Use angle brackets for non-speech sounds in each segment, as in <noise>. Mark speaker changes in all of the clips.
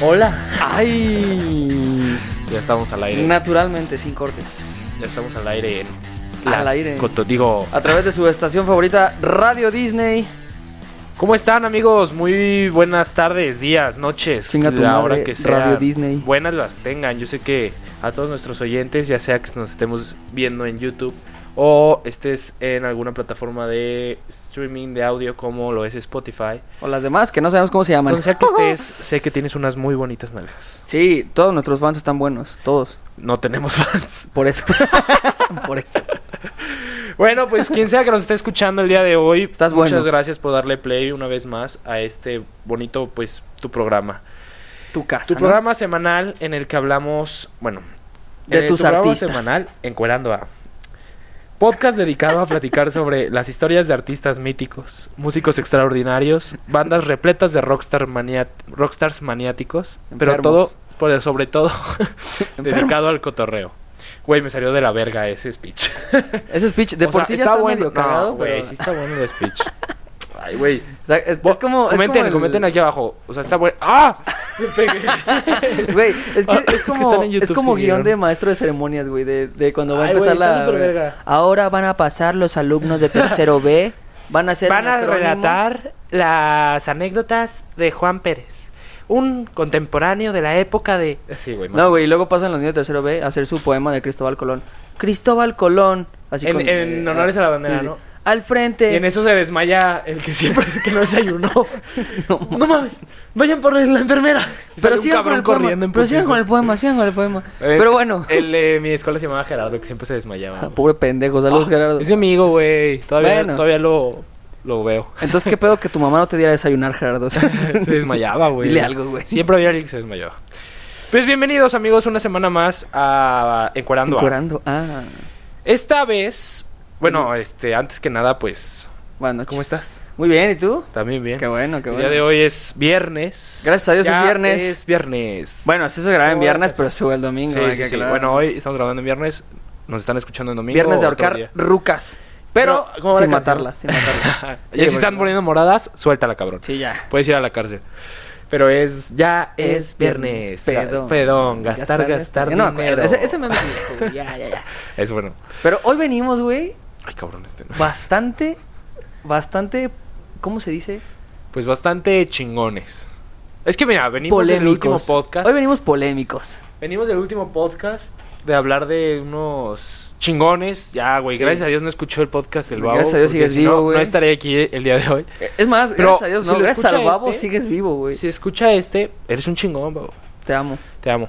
Speaker 1: Hola.
Speaker 2: ¡Ay! Ya estamos al aire.
Speaker 1: Naturalmente, sin cortes.
Speaker 2: Ya estamos al aire en.
Speaker 1: Al aire.
Speaker 2: Coto- digo,
Speaker 1: A través de su estación favorita, Radio Disney.
Speaker 2: ¿cómo están, amigos? Muy buenas tardes, días, noches.
Speaker 1: Chinga tu
Speaker 2: la
Speaker 1: madre,
Speaker 2: hora que sea.
Speaker 1: Radio Disney.
Speaker 2: Buenas las tengan. Yo sé que a todos nuestros oyentes, ya sea que nos estemos viendo en YouTube o estés en alguna plataforma de streaming de audio como lo es Spotify.
Speaker 1: O las demás, que no sabemos cómo se llaman.
Speaker 2: Donde sea
Speaker 1: <laughs>
Speaker 2: que estés, sé que tienes unas muy bonitas nalgas.
Speaker 1: Sí, todos nuestros fans están buenos. Todos.
Speaker 2: No tenemos <laughs> fans.
Speaker 1: Por eso. <laughs> por eso.
Speaker 2: Bueno, pues quien sea que nos esté escuchando el día de hoy,
Speaker 1: Estás
Speaker 2: muchas
Speaker 1: bueno.
Speaker 2: gracias por darle play una vez más a este bonito, pues, tu programa.
Speaker 1: Tu casa.
Speaker 2: Tu
Speaker 1: ¿no?
Speaker 2: programa semanal en el que hablamos, bueno,
Speaker 1: De
Speaker 2: en
Speaker 1: tus
Speaker 2: tu programa
Speaker 1: artistas.
Speaker 2: semanal Encuerando a. Podcast dedicado a platicar sobre las historias de artistas míticos, músicos extraordinarios, bandas repletas de rockstar maniat- rockstars maniáticos, pero
Speaker 1: Enfermos.
Speaker 2: todo, pero sobre todo, <laughs> dedicado
Speaker 1: Enfermos.
Speaker 2: al cotorreo. Güey, me salió de la verga ese speech.
Speaker 1: Ese speech de
Speaker 2: O
Speaker 1: por
Speaker 2: sea,
Speaker 1: sí ya está, medio
Speaker 2: No,
Speaker 1: cagado,
Speaker 2: güey,
Speaker 1: pero-
Speaker 2: sí está bueno el speech. <laughs> Ay, güey.
Speaker 1: O sea, es, es
Speaker 2: Bo-
Speaker 1: como. es
Speaker 2: Comenten,
Speaker 1: como el-
Speaker 2: comenten aquí abajo. O sea, está bueno. <laughs> ¡Ah! Me pegué.
Speaker 1: <laughs> Güey, es que
Speaker 2: Ah, es
Speaker 1: es
Speaker 2: que
Speaker 1: como,
Speaker 2: están en
Speaker 1: es
Speaker 2: YouTube,
Speaker 1: como
Speaker 2: sí, vieron.
Speaker 1: guión de maestro de ceremonias, güey, de, de cuando va a
Speaker 2: Ay,
Speaker 1: empezar
Speaker 2: güey, está
Speaker 1: la...
Speaker 2: súper verga.
Speaker 1: Ahora van a pasar los alumnos de tercero B, van a hacer
Speaker 2: Van
Speaker 1: un
Speaker 2: a
Speaker 1: acrónimo.
Speaker 2: relatar las anécdotas de Juan Pérez, un contemporáneo de la época de. Sí, güey, más
Speaker 1: No, güey, y luego pasan los niños de tercero B a hacer su poema de Cristóbal Colón. Cristóbal Colón. Así ah,
Speaker 2: En- en honores a la bandera, ¿no?
Speaker 1: Al frente.
Speaker 2: Y en eso se desmaya el que siempre que no desayunó. <laughs> no, mames, vayan por la enfermera. Y sale
Speaker 1: Pero
Speaker 2: un
Speaker 1: sigan con
Speaker 2: cabrón
Speaker 1: el poema.
Speaker 2: en
Speaker 1: Pero sigan
Speaker 2: putiza.
Speaker 1: con el poema, sigan con el poema.
Speaker 2: <laughs> Eh,
Speaker 1: Pero bueno.
Speaker 2: El de mi escuela se llamaba Gerardo, que siempre se desmayaba.
Speaker 1: Ah,
Speaker 2: güey.
Speaker 1: Pobre pendejo, saludos,
Speaker 2: Ah,
Speaker 1: Gerardo.
Speaker 2: Es mi amigo, güey. Todavía,
Speaker 1: Bueno.
Speaker 2: todavía lo, lo veo.
Speaker 1: <laughs> Entonces, ¿qué pedo que tu mamá no te diera a desayunar, Gerardo? <laughs> O sea,
Speaker 2: se desmayaba, güey.
Speaker 1: Dile algo, güey.
Speaker 2: Siempre había alguien que se desmayaba. Pues bienvenidos, amigos, una semana más a Encuerando. a.
Speaker 1: Curando. Ah,
Speaker 2: Esta vez, bueno, este, antes que nada, pues,
Speaker 1: buenas noches.
Speaker 2: ¿cómo estás?
Speaker 1: Muy bien, ¿y tú?
Speaker 2: También bien.
Speaker 1: Qué bueno, qué
Speaker 2: El
Speaker 1: bueno.
Speaker 2: día de hoy es viernes.
Speaker 1: Gracias a Dios es
Speaker 2: Ya
Speaker 1: viernes.
Speaker 2: Es viernes.
Speaker 1: Bueno, esto se graba en
Speaker 2: Ahora
Speaker 1: viernes,
Speaker 2: pasó.
Speaker 1: pero sube el domingo.
Speaker 2: Sí,
Speaker 1: hay
Speaker 2: sí,
Speaker 1: que
Speaker 2: sí.
Speaker 1: aclarar.
Speaker 2: Bueno, hoy estamos grabando en viernes. Nos están escuchando en domingo.
Speaker 1: viernes de
Speaker 2: o otro
Speaker 1: ahorcar
Speaker 2: día.
Speaker 1: rucas. Pero
Speaker 2: Pero, ¿cómo va la
Speaker 1: sin
Speaker 2: canción?
Speaker 1: matarlas, sin matarlas.
Speaker 2: <laughs> ya
Speaker 1: Sí,
Speaker 2: si están
Speaker 1: porque-
Speaker 2: poniendo moradas, suéltala, cabrón.
Speaker 1: sí, ya.
Speaker 2: Puedes ir a la cárcel. Pero es, ya es,
Speaker 1: Es
Speaker 2: viernes.
Speaker 1: viernes,
Speaker 2: Pedón.
Speaker 1: pedón.
Speaker 2: gastar, gastar.
Speaker 1: Yo no me acuerdo.
Speaker 2: dinero.
Speaker 1: Ese, ese meme es viejo, ya, ya, ya.
Speaker 2: <laughs> Es bueno.
Speaker 1: Pero hoy venimos, güey,
Speaker 2: Ay, cabrón, este. ¿no?
Speaker 1: bastante, bastante, ¿cómo se dice?
Speaker 2: Pues bastante chingones. Es que mira, venimos del último podcast.
Speaker 1: Hoy venimos polémicos.
Speaker 2: Venimos del último podcast de hablar de unos chingones. Ya, güey,
Speaker 1: Sí.
Speaker 2: gracias a Dios no escuchó el podcast del babo.
Speaker 1: Gracias a Dios
Speaker 2: porque
Speaker 1: sigues
Speaker 2: si no,
Speaker 1: vivo, güey.
Speaker 2: No estaré aquí el día de hoy.
Speaker 1: Eh, Es más,
Speaker 2: Pero
Speaker 1: gracias a Dios,
Speaker 2: si
Speaker 1: no,
Speaker 2: lo
Speaker 1: gracias al
Speaker 2: escucha
Speaker 1: babo
Speaker 2: este-
Speaker 1: sigues vivo, güey.
Speaker 2: Si escucha este, eres un chingón, babo.
Speaker 1: Te amo.
Speaker 2: Te amo.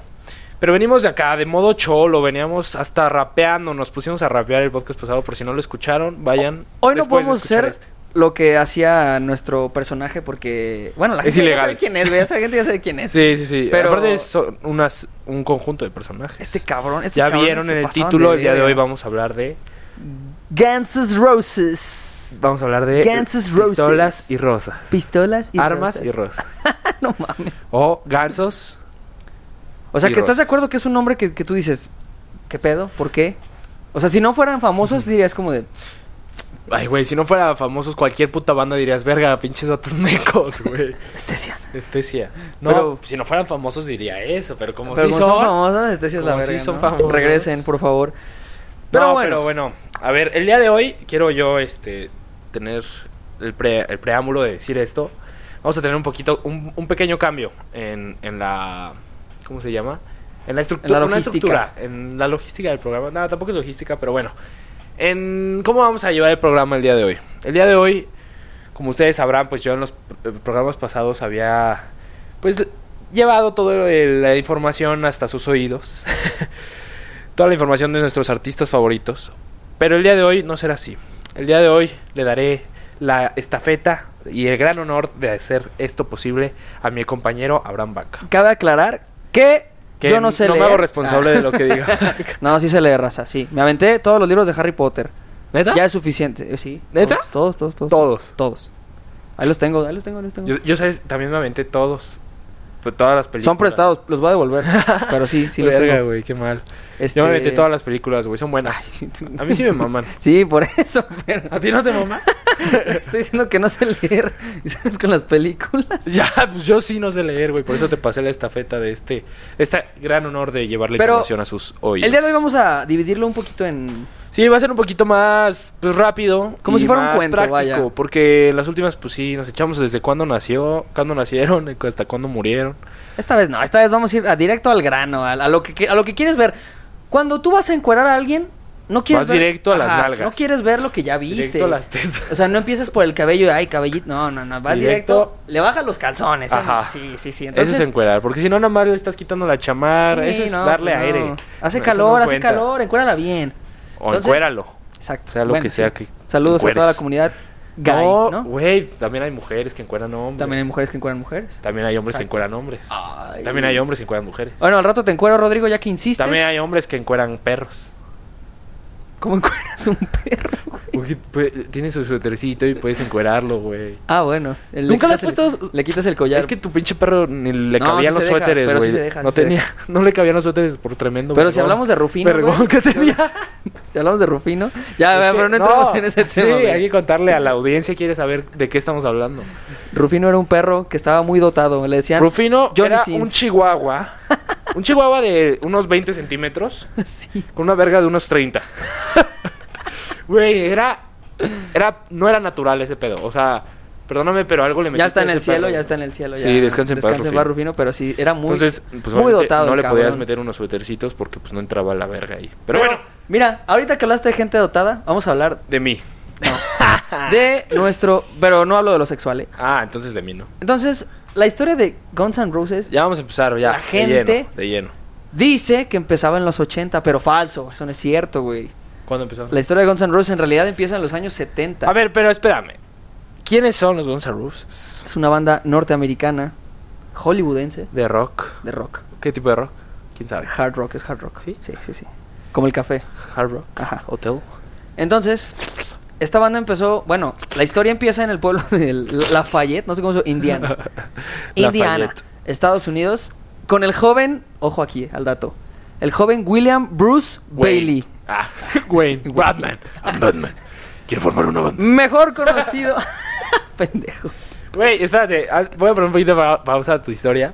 Speaker 2: Pero venimos de acá, de modo cholo, veníamos hasta rapeando, nos pusimos a rapear el podcast pasado, por si no lo escucharon, vayan.
Speaker 1: Hoy no
Speaker 2: después de
Speaker 1: podemos
Speaker 2: escuchar
Speaker 1: ser
Speaker 2: este.
Speaker 1: lo que hacía nuestro personaje porque, bueno, la
Speaker 2: Es
Speaker 1: gente ya
Speaker 2: ilegal.
Speaker 1: sabe quién es, güey. Esa gente ya sabe quién es.
Speaker 2: Sí, sí, sí. Pero...
Speaker 1: Pero-
Speaker 2: Aparte son unas, un conjunto de personajes.
Speaker 1: Este cabrón, estos
Speaker 2: ya
Speaker 1: cabrones
Speaker 2: vieron
Speaker 1: se
Speaker 2: en el
Speaker 1: pasaban
Speaker 2: título, el día de
Speaker 1: verga.
Speaker 2: hoy vamos a hablar de...
Speaker 1: Guns N' Roses.
Speaker 2: Vamos a hablar de...
Speaker 1: Guns N' Roses.
Speaker 2: Pistolas y rosas.
Speaker 1: Pistolas y
Speaker 2: armas
Speaker 1: rosas.
Speaker 2: y rosas. <laughs>
Speaker 1: no mames.
Speaker 2: O gansos.
Speaker 1: O sea,
Speaker 2: Y
Speaker 1: que estás de
Speaker 2: rosas.
Speaker 1: acuerdo que es un nombre que, que tú dices, ¿qué pedo? ¿Por qué? O sea, si no fueran famosos dirías como de,
Speaker 2: Ay, güey, si no fuera famosos cualquier puta banda dirías, verga, pinches datos mecos, güey.
Speaker 1: Estesia.
Speaker 2: Estesia. No,
Speaker 1: Pero-
Speaker 2: si no fueran famosos diría eso, pero como
Speaker 1: Pero
Speaker 2: sí
Speaker 1: como
Speaker 2: son...
Speaker 1: son famosos, Estesia es la
Speaker 2: como sí
Speaker 1: verga,
Speaker 2: son
Speaker 1: ¿no?
Speaker 2: famosos.
Speaker 1: Regresen, por favor.
Speaker 2: Pero,
Speaker 1: Pero
Speaker 2: bueno. pero
Speaker 1: bueno.
Speaker 2: bueno, a ver, el día de hoy quiero yo este tener el, pre- el preámbulo de decir esto. Vamos a tener un poquito, un, un pequeño cambio en, en la. ¿Cómo se llama? En la estructura.
Speaker 1: En la
Speaker 2: una
Speaker 1: logística.
Speaker 2: estructura, en la logística del programa. Nada, tampoco es logística, pero bueno. En cómo vamos a llevar el programa el día de hoy. El día de hoy, como ustedes sabrán, pues yo en los pr- programas pasados había. Pues llevado toda la información hasta sus oídos. <laughs> toda la información de nuestros artistas favoritos. Pero el día de hoy no será así. El día de hoy le daré la estafeta y el gran honor de hacer esto posible a mi compañero Abraham Vaca.
Speaker 1: Cabe aclarar que,
Speaker 2: Que
Speaker 1: yo no sé
Speaker 2: me
Speaker 1: leer.
Speaker 2: hago responsable
Speaker 1: Ah.
Speaker 2: de lo que diga.
Speaker 1: <laughs> No, sí se lee raza, sí. Me aventé todos los libros de Harry Potter.
Speaker 2: ¿Neta?
Speaker 1: Ya es suficiente, eh, sí.
Speaker 2: ¿Neta?
Speaker 1: Todos, todos, todos.
Speaker 2: Todos.
Speaker 1: Todos. Ahí los tengo, ahí los tengo, ahí los tengo.
Speaker 2: Yo, yo, sabes, también me aventé todos. pues, todas las películas.
Speaker 1: Son prestados, los va a devolver. Pero sí,
Speaker 2: <laughs>
Speaker 1: sí los
Speaker 2: Verga,
Speaker 1: tengo.
Speaker 2: güey, qué mal.
Speaker 1: Este-
Speaker 2: Yo me metí
Speaker 1: <laughs>
Speaker 2: todas las películas, güey, son buenas. A mí sí me maman.
Speaker 1: Sí, por eso, <laughs> pero
Speaker 2: ¿A ti no te maman?
Speaker 1: <laughs> estoy diciendo que no sé leer. <laughs> ¿Y sabes con las
Speaker 2: <laughs>
Speaker 1: películas?
Speaker 2: ya, pues yo sí no sé leer, güey, por eso te pasé la estafeta de este este gran honor de llevar la
Speaker 1: Pero
Speaker 2: información a sus oídos.
Speaker 1: El día de hoy vamos a dividirlo un poquito en...
Speaker 2: Sí, va a ser un poquito más pues, rápido.
Speaker 1: Como
Speaker 2: y
Speaker 1: si fuera un
Speaker 2: más
Speaker 1: cuento,
Speaker 2: práctico,
Speaker 1: vaya.
Speaker 2: Porque en las últimas, pues sí, nos echamos desde cuándo nació, cuándo nacieron, <laughs> y hasta cuándo murieron.
Speaker 1: Esta vez no, esta vez vamos a ir a directo al grano, a, a lo, que, a lo que quieres ver. Cuando tú vas a encuerar a alguien, no quieres
Speaker 2: Vas
Speaker 1: ver-
Speaker 2: directo a las nalgas.
Speaker 1: No quieres ver lo que ya viste.
Speaker 2: Directo a las tetas.
Speaker 1: O sea, no empiezas por el cabello, ay, cabellito. No, no, no, vas directo,
Speaker 2: Directo.
Speaker 1: le bajas los calzones. ¿eh?
Speaker 2: Ajá.
Speaker 1: Sí, sí, sí.
Speaker 2: Eso es encuerar, porque si no, nada más le estás quitando la chamarra.
Speaker 1: Sí,
Speaker 2: eso es
Speaker 1: no,
Speaker 2: darle
Speaker 1: pues no.
Speaker 2: aire.
Speaker 1: Hace
Speaker 2: No, eso
Speaker 1: calor,
Speaker 2: no
Speaker 1: hace
Speaker 2: cuenta.
Speaker 1: calor, encuérala bien.
Speaker 2: O
Speaker 1: Entonces-
Speaker 2: encuéralo.
Speaker 1: Exacto.
Speaker 2: Sea lo que sea que
Speaker 1: Saludos a toda la
Speaker 2: encueres.
Speaker 1: comunidad gay,
Speaker 2: no,
Speaker 1: ¿no?
Speaker 2: güey, también hay mujeres que encueran hombres.
Speaker 1: También hay mujeres que encueran mujeres.
Speaker 2: También hay hombres que
Speaker 1: Exacto.
Speaker 2: encueran hombres.
Speaker 1: Ay.
Speaker 2: También hay hombres que encueran mujeres.
Speaker 1: Bueno, al rato te encuero, Rodrigo, ya que insistes.
Speaker 2: También hay hombres que encueran perros.
Speaker 1: ¿Cómo encueras un perro, güey?
Speaker 2: Uy, pues, tiene su suetercito y puedes encuerarlo, güey.
Speaker 1: Ah, bueno. el-
Speaker 2: ¿Nunca le has
Speaker 1: quitas el-
Speaker 2: puesto-
Speaker 1: Le quitas el collar.
Speaker 2: Es que tu pinche perro ni le
Speaker 1: No,
Speaker 2: cabían
Speaker 1: sí
Speaker 2: los
Speaker 1: se deja,
Speaker 2: suéteres,
Speaker 1: pero sí
Speaker 2: güey.
Speaker 1: se deja,
Speaker 2: no
Speaker 1: sí se
Speaker 2: tenía, <laughs> no le cabían los suéteres por tremendo.
Speaker 1: Pero si
Speaker 2: vergón.
Speaker 1: hablamos de Rufino,
Speaker 2: Vergón
Speaker 1: güey.
Speaker 2: que
Speaker 1: <laughs>
Speaker 2: tenía.
Speaker 1: Si hablamos de Rufino. Ya,
Speaker 2: Es
Speaker 1: ya,
Speaker 2: que-
Speaker 1: pero no entremos en
Speaker 2: <laughs>
Speaker 1: ese
Speaker 2: sí,
Speaker 1: tema. güey.
Speaker 2: hay que contarle a la audiencia quiere saber de qué estamos hablando.
Speaker 1: Rufino era un perro que estaba muy dotado. Le decían.
Speaker 2: Rufino
Speaker 1: Johnny
Speaker 2: era
Speaker 1: Sins.
Speaker 2: un chihuahua. Un chihuahua de unos 20 centímetros.
Speaker 1: <laughs> Sí.
Speaker 2: Con una verga de unos
Speaker 1: <laughs>
Speaker 2: 30. Güey, era, era. No era natural ese pedo. O sea, perdóname, pero algo le metí.
Speaker 1: Ya está en el cielo, ya está en el cielo.
Speaker 2: Sí,
Speaker 1: ya.
Speaker 2: descansa en paz,
Speaker 1: Descansa
Speaker 2: Rufino.
Speaker 1: Rufino, pero sí, era muy,
Speaker 2: Entonces, pues
Speaker 1: muy
Speaker 2: obviamente,
Speaker 1: dotado.
Speaker 2: no
Speaker 1: el
Speaker 2: le podías
Speaker 1: cabrón.
Speaker 2: meter unos suétercitos porque pues no entraba la verga ahí. Pero, bueno,
Speaker 1: Mira, ahorita que hablaste de gente dotada, vamos
Speaker 2: <laughs>
Speaker 1: a hablar
Speaker 2: de mí.
Speaker 1: de nuestro. Pero no hablo de lo sexual, ¿eh?
Speaker 2: Ah, entonces de mí no.
Speaker 1: Entonces, la historia de Guns N' Roses
Speaker 2: Ya vamos a empezar, ya.
Speaker 1: La
Speaker 2: de
Speaker 1: gente-
Speaker 2: lleno, De lleno.
Speaker 1: dice que empezaba en los 80, pero falso. Eso no es cierto, güey.
Speaker 2: ¿Cuándo empezó?
Speaker 1: La historia de Guns N' Roses en realidad empieza en los años 70.
Speaker 2: A ver, pero espérame. ¿Quiénes son los Guns N' Roses?
Speaker 1: Es una banda norteamericana, hollywoodense,
Speaker 2: ¿De rock?
Speaker 1: de rock.
Speaker 2: ¿Qué tipo de rock? ¿Quién sabe?
Speaker 1: Hard rock, es hard rock.
Speaker 2: ¿Sí?
Speaker 1: Sí, sí, sí. Como el café.
Speaker 2: Hard <laughs> rock.
Speaker 1: Ajá.
Speaker 2: Hotel.
Speaker 1: Entonces, esta banda empezó, bueno, la historia empieza en el pueblo <laughs> de Lafayette, no sé cómo se llama,
Speaker 2: <laughs>
Speaker 1: Indiana. Indiana,
Speaker 2: Lafayette.
Speaker 1: Estados Unidos, con el joven, ojo aquí eh, al dato, el joven William Bruce Bailey,
Speaker 2: Wayne. <laughs> Ah, Wayne. Batman. I'm Batman. Quiero formar una banda.
Speaker 1: mejor conocido, <laughs> pendejo,
Speaker 2: Güey, espérate. ah, Voy a poner un poquito de pa- pausa a tu historia.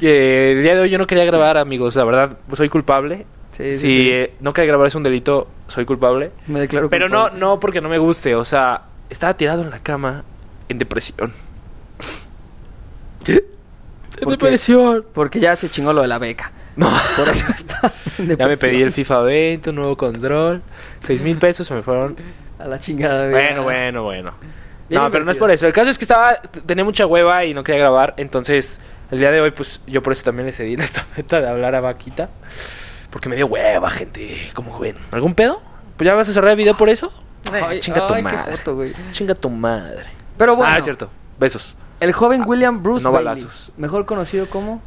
Speaker 2: Que el día de hoy yo no quería grabar, amigos. La verdad, soy culpable.
Speaker 1: Sí, sí,
Speaker 2: si
Speaker 1: sí.
Speaker 2: eh, no quería grabar es un delito, soy culpable.
Speaker 1: me declaro
Speaker 2: Pero no,
Speaker 1: culpable.
Speaker 2: no porque no me guste. O sea, estaba tirado en la cama en <laughs> depresión. en
Speaker 1: ¿Por qué?
Speaker 2: depresión.
Speaker 1: Porque ya se chingó lo de la beca.
Speaker 2: <laughs> No.
Speaker 1: Por eso está.
Speaker 2: Ya
Speaker 1: en
Speaker 2: me
Speaker 1: depresión.
Speaker 2: pedí el FIFA 20, un nuevo control. 6 mil pesos se me fueron.
Speaker 1: A la chingada, güey.
Speaker 2: Bueno, bueno, bueno.
Speaker 1: Bien
Speaker 2: no, pero no es
Speaker 1: invertidos.
Speaker 2: por eso. El caso es que estaba, t- tenía mucha hueva y no quería grabar. Entonces, el día de hoy, pues yo por eso también le cedí la <laughs> estafeta de hablar a Vaquita. Porque me dio hueva, gente. ¿Cómo ven? ¿Algún pedo? Pues ya vas a cerrar el video por eso.
Speaker 1: Ay,
Speaker 2: Eh, chinga tu
Speaker 1: ay, qué
Speaker 2: madre.
Speaker 1: foto, güey.
Speaker 2: Chinga tu madre.
Speaker 1: Pero bueno,
Speaker 2: Ah, es cierto. Besos.
Speaker 1: el joven
Speaker 2: Ah,
Speaker 1: William Bruce
Speaker 2: no
Speaker 1: Bailey,
Speaker 2: balazos.
Speaker 1: mejor conocido como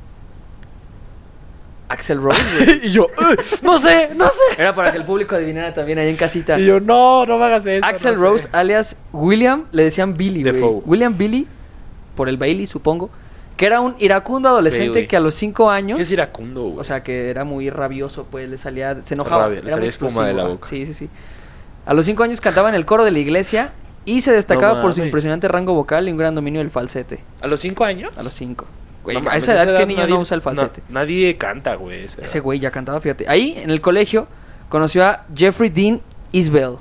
Speaker 1: Axel Rose, güey.
Speaker 2: <laughs>
Speaker 1: Eh,
Speaker 2: y yo, "Eh, no sé, no sé.
Speaker 1: Era para que el público adivinara también ahí en casita.
Speaker 2: Y yo, no, no me hagas eso.
Speaker 1: Axel
Speaker 2: no sé".
Speaker 1: Rose, alias William, le decían Billy, güey.
Speaker 2: Defoe.
Speaker 1: William Billy, por el Bailey, supongo, que era un iracundo adolescente
Speaker 2: Bailey.
Speaker 1: que a los 5 años...
Speaker 2: ¿Qué es iracundo, güey?
Speaker 1: O sea, que era muy rabioso, pues, le salía... Se enojaba.
Speaker 2: Rabia, le
Speaker 1: era
Speaker 2: salía
Speaker 1: muy
Speaker 2: espuma
Speaker 1: explosivo,
Speaker 2: de la
Speaker 1: ajá.
Speaker 2: boca.
Speaker 1: Sí, sí, sí. A los 5 años cantaba en el coro de la iglesia y se destacaba
Speaker 2: No
Speaker 1: por su
Speaker 2: mames.
Speaker 1: impresionante rango vocal y un gran dominio del falsete.
Speaker 2: ¿A los 5 años?
Speaker 1: A los 5.
Speaker 2: Güey,
Speaker 1: a
Speaker 2: mames,
Speaker 1: esa edad, ¿qué niño
Speaker 2: nadie-
Speaker 1: no usa el falsete?
Speaker 2: na- nadie canta, güey. esa edad.
Speaker 1: Ese güey ya cantaba, fíjate. Ahí, en el colegio, conoció a Jeffrey Dean Isbell,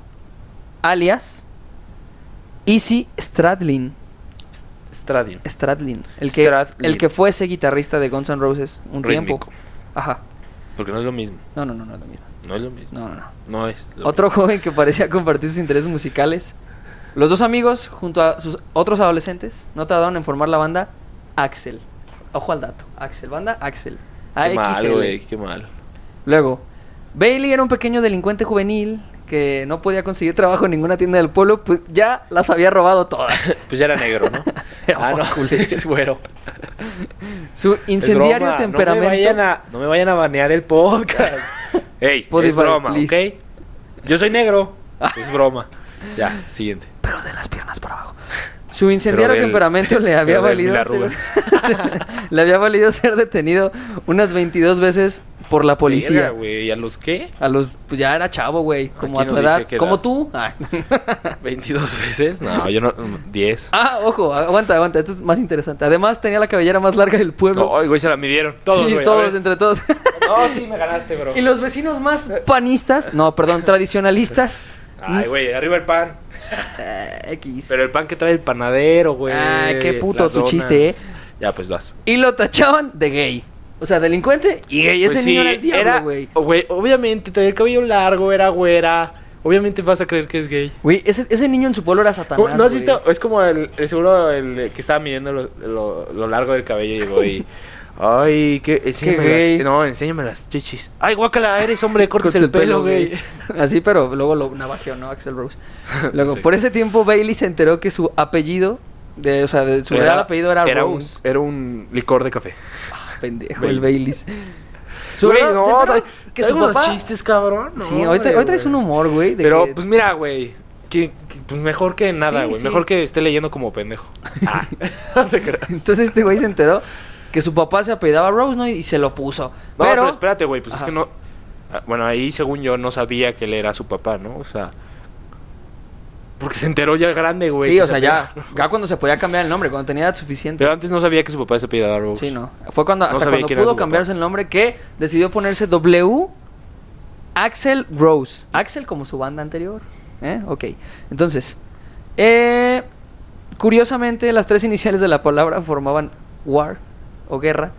Speaker 1: alias Easy Stradlin.
Speaker 2: Stradin.
Speaker 1: Stradlin. El que,
Speaker 2: Stradlin.
Speaker 1: El que fue ese guitarrista de Guns N' Roses un tiempo.
Speaker 2: Rítmico.
Speaker 1: Ajá.
Speaker 2: Porque no es lo mismo.
Speaker 1: No, no, no, no, no, mira.
Speaker 2: No es lo mismo.
Speaker 1: No, no, no.
Speaker 2: No, es lo
Speaker 1: Otro joven que parecía compartir sus intereses musicales. Los dos amigos, junto a sus otros adolescentes, no tardaron en formar la banda Axel. Ojo al dato. Axel, banda Axel.
Speaker 2: mismo. Qué mal,
Speaker 1: AXL.
Speaker 2: güey. Qué mal.
Speaker 1: Luego, Bailey era un pequeño delincuente juvenil que no podía conseguir trabajo en ninguna tienda del pueblo, pues ya las había
Speaker 2: <laughs>
Speaker 1: robado todas.
Speaker 2: Pues ya era negro, ¿no?
Speaker 1: <laughs> Era
Speaker 2: ah, no.
Speaker 1: culero.
Speaker 2: <laughs> Es güero.
Speaker 1: Su
Speaker 2: Es
Speaker 1: incendiario
Speaker 2: broma, no me
Speaker 1: temperamento.
Speaker 2: vayan a- No me, vayan a banear el
Speaker 1: <laughs>
Speaker 2: podcast. Ey,
Speaker 1: Spotify,
Speaker 2: es broma,
Speaker 1: please. <laughs>
Speaker 2: ¿ok? Yo soy negro. Es broma. Ya, siguiente.
Speaker 1: Pero de las piernas para abajo. Su incendiario
Speaker 2: del- <laughs>
Speaker 1: temperamento le había
Speaker 2: pero de mil
Speaker 1: valido ser,
Speaker 2: arrugas.
Speaker 1: <laughs> le había valido ser detenido unas 22 veces por la
Speaker 2: Verga,
Speaker 1: policía.
Speaker 2: güey, ¿Y a los
Speaker 1: <laughs>
Speaker 2: qué?
Speaker 1: A los pues ya era chavo, güey, como a
Speaker 2: Aquí
Speaker 1: tu
Speaker 2: no dice
Speaker 1: edad,
Speaker 2: qué
Speaker 1: como
Speaker 2: edad.
Speaker 1: tú. Ah. <laughs>
Speaker 2: ¿22 veces? No, yo no. mm, 10.
Speaker 1: Ah, ojo, aguanta, aguanta, esto es más interesante. Además tenía la cabellera más larga del pueblo.
Speaker 2: No, ay, güey, se la midieron. Todos,
Speaker 1: sí,
Speaker 2: güey, a
Speaker 1: todos,
Speaker 2: ver.
Speaker 1: entre todos. <laughs>
Speaker 2: No, sí, me ganaste, bro.
Speaker 1: y los vecinos más panistas, no, perdón, tradicionalistas.
Speaker 2: Ay, güey, arriba el pan.
Speaker 1: eh, X.
Speaker 2: Pero el pan que trae el panadero, güey.
Speaker 1: Ah, qué puto
Speaker 2: las
Speaker 1: tu
Speaker 2: donas.
Speaker 1: chiste, eh.
Speaker 2: Ya, pues vas.
Speaker 1: Y lo tachaban de gay. O sea, delincuente y gay. Ese
Speaker 2: Pues
Speaker 1: niño
Speaker 2: sí,
Speaker 1: era el diablo, güey.
Speaker 2: oh, Güey, obviamente, traer el cabello largo, era güera. Obviamente vas a creer que es gay.
Speaker 1: Güey, ese, ese niño en su pueblo era
Speaker 2: ¿Cómo-
Speaker 1: satanás.
Speaker 2: Oh, ¿No has
Speaker 1: güey.
Speaker 2: visto? Es como el, el seguro el que estaba midiendo lo, lo- lo largo del cabello y llegó y... Ay, que enséñame
Speaker 1: gay.
Speaker 2: las... No, enséñame las chichis. Ay, guácala, eres
Speaker 1: <laughs>
Speaker 2: hombre, cortes
Speaker 1: Corta
Speaker 2: el, pelo, güey.
Speaker 1: Así, pero luego lo navajeó, ¿no?
Speaker 2: <laughs>
Speaker 1: Axel Rose. Luego,
Speaker 2: Sí.
Speaker 1: por ese tiempo, Bailey se enteró que su apellido, de, o sea, de- su real apellido era,
Speaker 2: un,
Speaker 1: Rose.
Speaker 2: era un licor de café.
Speaker 1: Pendejo,
Speaker 2: Bailey.
Speaker 1: el Baileys.
Speaker 2: <laughs>
Speaker 1: Su
Speaker 2: Güey,
Speaker 1: real- ¿se enteró
Speaker 2: trae-
Speaker 1: que
Speaker 2: trae
Speaker 1: su
Speaker 2: unos
Speaker 1: papá...
Speaker 2: chistes, cabrón. No,
Speaker 1: sí, hoy, tra- hoy traes un
Speaker 2: güey.
Speaker 1: humor, güey. de
Speaker 2: Pero,
Speaker 1: que-
Speaker 2: pues mira, güey. que- que- pues mejor que nada,
Speaker 1: Sí,
Speaker 2: güey.
Speaker 1: sí.
Speaker 2: Mejor que esté leyendo como
Speaker 1: <laughs>
Speaker 2: pendejo. Ah, <laughs> no te creas.
Speaker 1: <laughs> Entonces este güey se enteró que su papá se apellidaba Rose, ¿no? Y, y se lo puso.
Speaker 2: No, pero,
Speaker 1: pero...
Speaker 2: espérate, güey, pues
Speaker 1: Ajá.
Speaker 2: es que no... ah, Bueno, ahí según yo no sabía que él era su papá, ¿no? O sea... Porque se enteró ya grande, güey.
Speaker 1: sí,
Speaker 2: que
Speaker 1: o
Speaker 2: se
Speaker 1: sea, ya,
Speaker 2: apellida-
Speaker 1: ya cuando se podía cambiar el nombre, cuando tenía edad
Speaker 2: <laughs>
Speaker 1: suficiente.
Speaker 2: Pero antes no sabía que su papá se apellidaba Rose.
Speaker 1: Sí, no. Fue cuando,
Speaker 2: No
Speaker 1: hasta
Speaker 2: sabía
Speaker 1: cuando
Speaker 2: quién era
Speaker 1: pudo
Speaker 2: su
Speaker 1: cambiarse
Speaker 2: papá.
Speaker 1: el nombre que decidió ponerse W Axel Rose. Axel como su banda anterior. ¿Eh? Ok. Entonces, eh, curiosamente las tres iniciales de la palabra formaban war o guerra.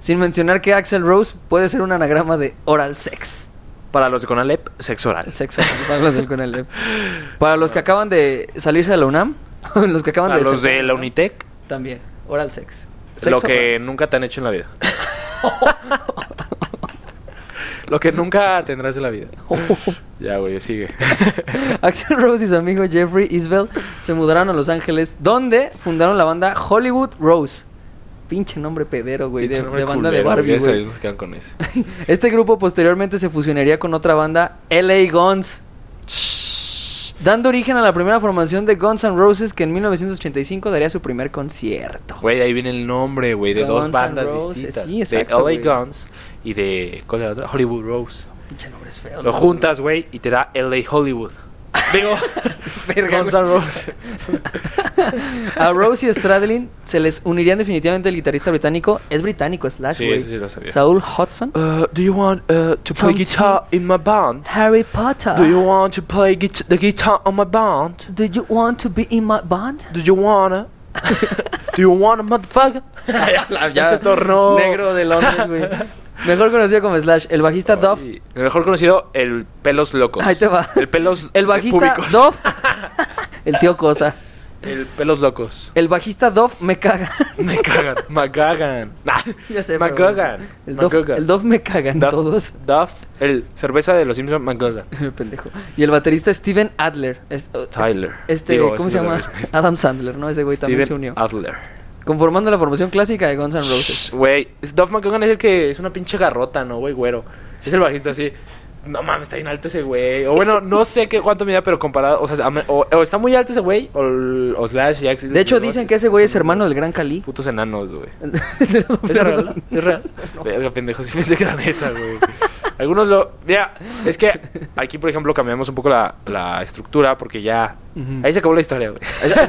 Speaker 1: Sin mencionar que Axel Rose puede ser un anagrama de oral sex.
Speaker 2: Para los de Conalep, sexo oral.
Speaker 1: Sexo. para los del Conalep. Para los que acaban de salirse de la UNAM, <laughs> los que acaban
Speaker 2: Para
Speaker 1: de
Speaker 2: los de la
Speaker 1: UNAM,
Speaker 2: Unitec,
Speaker 1: También, oral sex.
Speaker 2: lo
Speaker 1: Sexo
Speaker 2: que nunca te han hecho en la
Speaker 1: <laughs>
Speaker 2: vida. lo que nunca tendrás en la vida.
Speaker 1: <laughs> oral.
Speaker 2: Ya, güey, sigue.
Speaker 1: <laughs> Axel Rose y su amigo Jeffrey Isbell se mudaron a Los Ángeles, donde fundaron la banda Hollywood Rose. Pinche nombre pedero, güey, de,
Speaker 2: Pinche nombre
Speaker 1: de banda de
Speaker 2: culero,
Speaker 1: Barbie,
Speaker 2: ya sabes,
Speaker 1: güey.
Speaker 2: nos quedan con ese.
Speaker 1: <laughs> Este grupo posteriormente se fusionaría con otra banda, LA Guns, dando origen a la primera formación de Guns N' Roses que en 1985 daría su primer concierto.
Speaker 2: Güey, de ahí viene el nombre, güey, de
Speaker 1: Guns
Speaker 2: dos
Speaker 1: N'
Speaker 2: bandas
Speaker 1: Roses,
Speaker 2: distintas.
Speaker 1: sí, exacto,
Speaker 2: de
Speaker 1: güey.
Speaker 2: LA Guns y de. ¿Cuál era la otra? Hollywood Rose.
Speaker 1: Pinche nombre es feo.
Speaker 2: Lo juntas, güey, y te da LA Hollywood. Digo,
Speaker 1: <laughs> Verga,
Speaker 2: Guns
Speaker 1: güey.
Speaker 2: N' Roses.
Speaker 1: <laughs> A Rose y Stradlin se les unirían definitivamente el guitarrista británico. Es británico, Slash,
Speaker 2: Sí,
Speaker 1: güey.
Speaker 2: sí, lo sabía.
Speaker 1: Saul Hudson.
Speaker 2: Uh, do you want uh, to play
Speaker 1: Something.
Speaker 2: guitar in my band?
Speaker 1: Harry Potter.
Speaker 2: Do you want to play guit- the guitar on my band?
Speaker 1: Do you want to be in my band?
Speaker 2: Do you
Speaker 1: <laughs>
Speaker 2: wanna? do you wanna, motherfucker? ya, se tornó.
Speaker 1: Negro de Londres, güey. Mejor conocido como Slash. El bajista Duff.
Speaker 2: Ay, El mejor conocido, el pelos locos.
Speaker 1: Ahí te va.
Speaker 2: El pelos.
Speaker 1: <laughs> El bajista
Speaker 2: públicos. <laughs>
Speaker 1: Duff. El tío Cosa.
Speaker 2: El pelos locos.
Speaker 1: El bajista Duff me caga. <laughs>
Speaker 2: Me cagan, me cagan. Nah,
Speaker 1: ya sé,
Speaker 2: me
Speaker 1: pero bueno.
Speaker 2: cagan.
Speaker 1: El
Speaker 2: me
Speaker 1: Duff,
Speaker 2: cagan.
Speaker 1: el Duff me cagan
Speaker 2: Duff-
Speaker 1: todos.
Speaker 2: Duff, el cerveza de los Simpsons, me cagan.
Speaker 1: <laughs> Pendejo. Y el baterista Steven Adler. Es-
Speaker 2: Tyler.
Speaker 1: Este,
Speaker 2: Digo,
Speaker 1: ¿cómo
Speaker 2: ese
Speaker 1: se
Speaker 2: no
Speaker 1: llama?
Speaker 2: lo ves.
Speaker 1: Adam Sandler, ¿no? Ese güey también se unió.
Speaker 2: Adler.
Speaker 1: Conformando la formación clásica de Guns N' Roses.
Speaker 2: Güey, es- Duff McKagan es el que es una pinche garrota, ¿no, güey, güero? Es el bajista así. No mames, está bien alto ese güey. O bueno, no sé qué cuánto mide, pero comparado. O sea, a me- o, o está muy alto ese güey, o, el- o Slash y Axl.
Speaker 1: De hecho, dicen que ese güey es
Speaker 2: son
Speaker 1: hermano
Speaker 2: unos
Speaker 1: del gran Cali. <laughs>
Speaker 2: Putos enanos, güey. ¿Es real?
Speaker 1: Perdón.
Speaker 2: ¿Es real? <laughs> Verga, pendejo, sí pensé que era neta, güey. Algunos lo... Mira, es que aquí, por ejemplo, cambiamos un poco la, la estructura porque ya...
Speaker 1: Ujú.
Speaker 2: Ahí se acabó la historia, güey.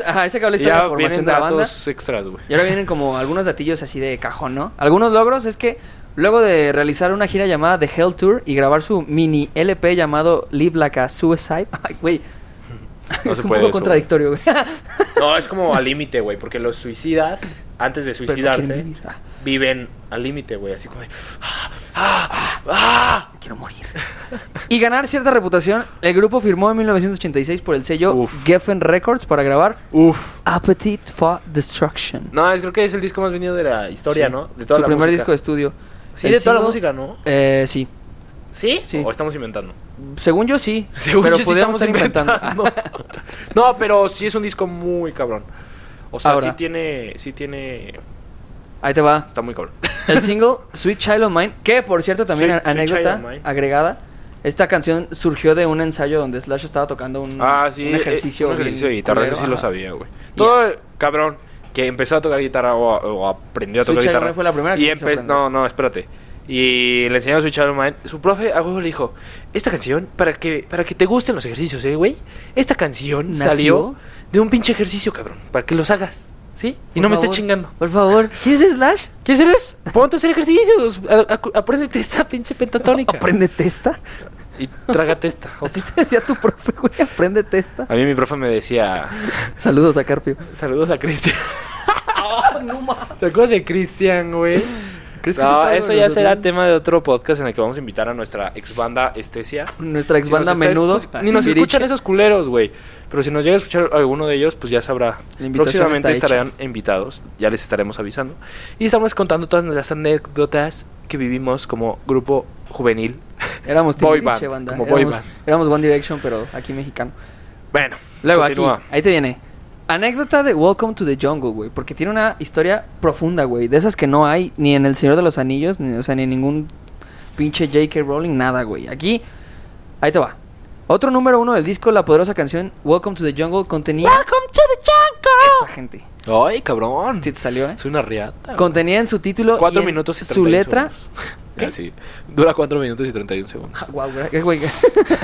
Speaker 1: Ajá,
Speaker 2: <laughs>
Speaker 1: ese cable está en la
Speaker 2: Ya
Speaker 1: formación
Speaker 2: vienen
Speaker 1: de la banda.
Speaker 2: datos extras, güey.
Speaker 1: Y ahora vienen como algunos datillos así de cajón, ¿no? Algunos logros es que luego de realizar una gira llamada The Hell Tour y grabar su mini LP llamado Live Like a Suicide. <laughs> Ay, güey.
Speaker 2: No
Speaker 1: es
Speaker 2: se
Speaker 1: un
Speaker 2: puede
Speaker 1: poco
Speaker 2: eso,
Speaker 1: contradictorio, güey. <laughs>
Speaker 2: No, es como al límite, güey, porque los suicidas, antes de
Speaker 1: Pero no quieren
Speaker 2: suicidarse,
Speaker 1: vivir. Ah,
Speaker 2: viven al límite, güey. Así como... de, "Ah, ah, ah".
Speaker 1: quiero morir. <laughs> Y ganar cierta reputación, el grupo firmó en 1986 por el sello
Speaker 2: Uf.
Speaker 1: Geffen Records para grabar
Speaker 2: Uf.
Speaker 1: Appetite for Destruction.
Speaker 2: No, es creo que es el disco más vendido de la historia,
Speaker 1: Sí.
Speaker 2: ¿no? De toda
Speaker 1: su
Speaker 2: la
Speaker 1: primer
Speaker 2: música.
Speaker 1: disco de estudio.
Speaker 2: Sí,
Speaker 1: El
Speaker 2: de toda la
Speaker 1: single-
Speaker 2: música, ¿no?
Speaker 1: Eh, sí.
Speaker 2: ¿Sí?
Speaker 1: Sí.
Speaker 2: ¿O estamos inventando?
Speaker 1: Según yo sí.
Speaker 2: <laughs> Según
Speaker 1: pero
Speaker 2: yo sí
Speaker 1: podríamos
Speaker 2: estamos
Speaker 1: estar
Speaker 2: inventando.
Speaker 1: inventando.
Speaker 2: <laughs> no, pero sí es un disco muy cabrón. O sea,
Speaker 1: Ahora.
Speaker 2: sí tiene, sí tiene,
Speaker 1: <laughs> Ahí te va.
Speaker 2: está muy cabrón.
Speaker 1: El single Sweet Child of Mine, que por cierto también
Speaker 2: Sweet-
Speaker 1: a-
Speaker 2: Sweet Child
Speaker 1: anécdota
Speaker 2: of Mine.
Speaker 1: agregada, Esta canción surgió de un ensayo donde Slash estaba tocando un,
Speaker 2: Ah, sí.
Speaker 1: Mm, un ejercicio,
Speaker 2: eh, un ejercicio de
Speaker 1: bien
Speaker 2: guitarra, eso
Speaker 1: culero,
Speaker 2: sí lo
Speaker 1: ajá.
Speaker 2: sabía, güey. Todo el cabrón que empezó a tocar guitarra o, o aprendió a tocar
Speaker 1: Switch
Speaker 2: guitarra.
Speaker 1: Iron Man fue la primera que
Speaker 2: y
Speaker 1: quiso
Speaker 2: empezó.
Speaker 1: aprender.
Speaker 2: No, no, espérate. Y le enseñó a Switch Iron Man. Su profe a huevo le dijo: Esta canción, para que, para que te gusten los ejercicios, ¿eh, güey? Esta canción
Speaker 1: ¿Nació?
Speaker 2: salió de un pinche ejercicio, cabrón. Para que los hagas, ¿sí? Y
Speaker 1: Por
Speaker 2: no me
Speaker 1: favor,
Speaker 2: estés chingando.
Speaker 1: Por favor, ¿sí es Slash?
Speaker 2: ¿Quieres eres? Ponte a hacer ejercicios. a- a- Apréndete esta pinche pentatónica.
Speaker 1: Aprende testa.
Speaker 2: Y trágate esta.
Speaker 1: Así te decía tu profe, güey, aprende testa.
Speaker 2: A mí mi profe me decía:
Speaker 1: Saludos a Carpio.
Speaker 2: Saludos a Cristian.
Speaker 1: no
Speaker 2: ¿Te acuerdas de Cristian, güey?
Speaker 1: ¿Crees que sí
Speaker 2: No,
Speaker 1: fue
Speaker 2: eso
Speaker 1: de
Speaker 2: ya
Speaker 1: los
Speaker 2: será
Speaker 1: dos?
Speaker 2: tema de otro podcast en el que vamos a invitar a nuestra ex banda Estesia.
Speaker 1: Nuestra ex
Speaker 2: Si
Speaker 1: banda
Speaker 2: nos está
Speaker 1: menudo.
Speaker 2: escu- Ni nos
Speaker 1: Timbiriche.
Speaker 2: escuchan esos culeros, güey. Pero si nos llega a escuchar alguno de ellos, pues ya sabrá.
Speaker 1: La invitación
Speaker 2: Próximamente
Speaker 1: está hecha.
Speaker 2: estarán invitados, ya les estaremos avisando. Y estamos contando todas las anécdotas que vivimos como grupo juvenil.
Speaker 1: Éramos
Speaker 2: Boy
Speaker 1: Timbiriche,
Speaker 2: band,
Speaker 1: banda.
Speaker 2: como boy
Speaker 1: éramos, éramos One Direction, pero aquí mexicano.
Speaker 2: Bueno,
Speaker 1: Luego,
Speaker 2: continúa.
Speaker 1: aquí, ahí te viene. Anécdota de Welcome to the Jungle, güey. Porque tiene una historia profunda, güey. De esas que no hay ni en El Señor de los Anillos, ni, o sea, ni en ningún pinche J.K. Rowling, nada, güey. Aquí, ahí te va. Otro número uno del disco, la poderosa canción Welcome to the Jungle contenía. ¡Welcome to the Jungle! Esa gente.
Speaker 2: Ay, cabrón.
Speaker 1: Sí te salió, ¿eh?
Speaker 2: Es una riata. güey.
Speaker 1: Contenía en su título.
Speaker 2: Ah, Cuatro
Speaker 1: y en
Speaker 2: minutos y
Speaker 1: Su
Speaker 2: 31
Speaker 1: letra.
Speaker 2: segundos.
Speaker 1: ¿Qué?
Speaker 2: Así. Dura cuatro minutos y 31 segundos.
Speaker 1: Ah, guau, güey, güey. <laughs>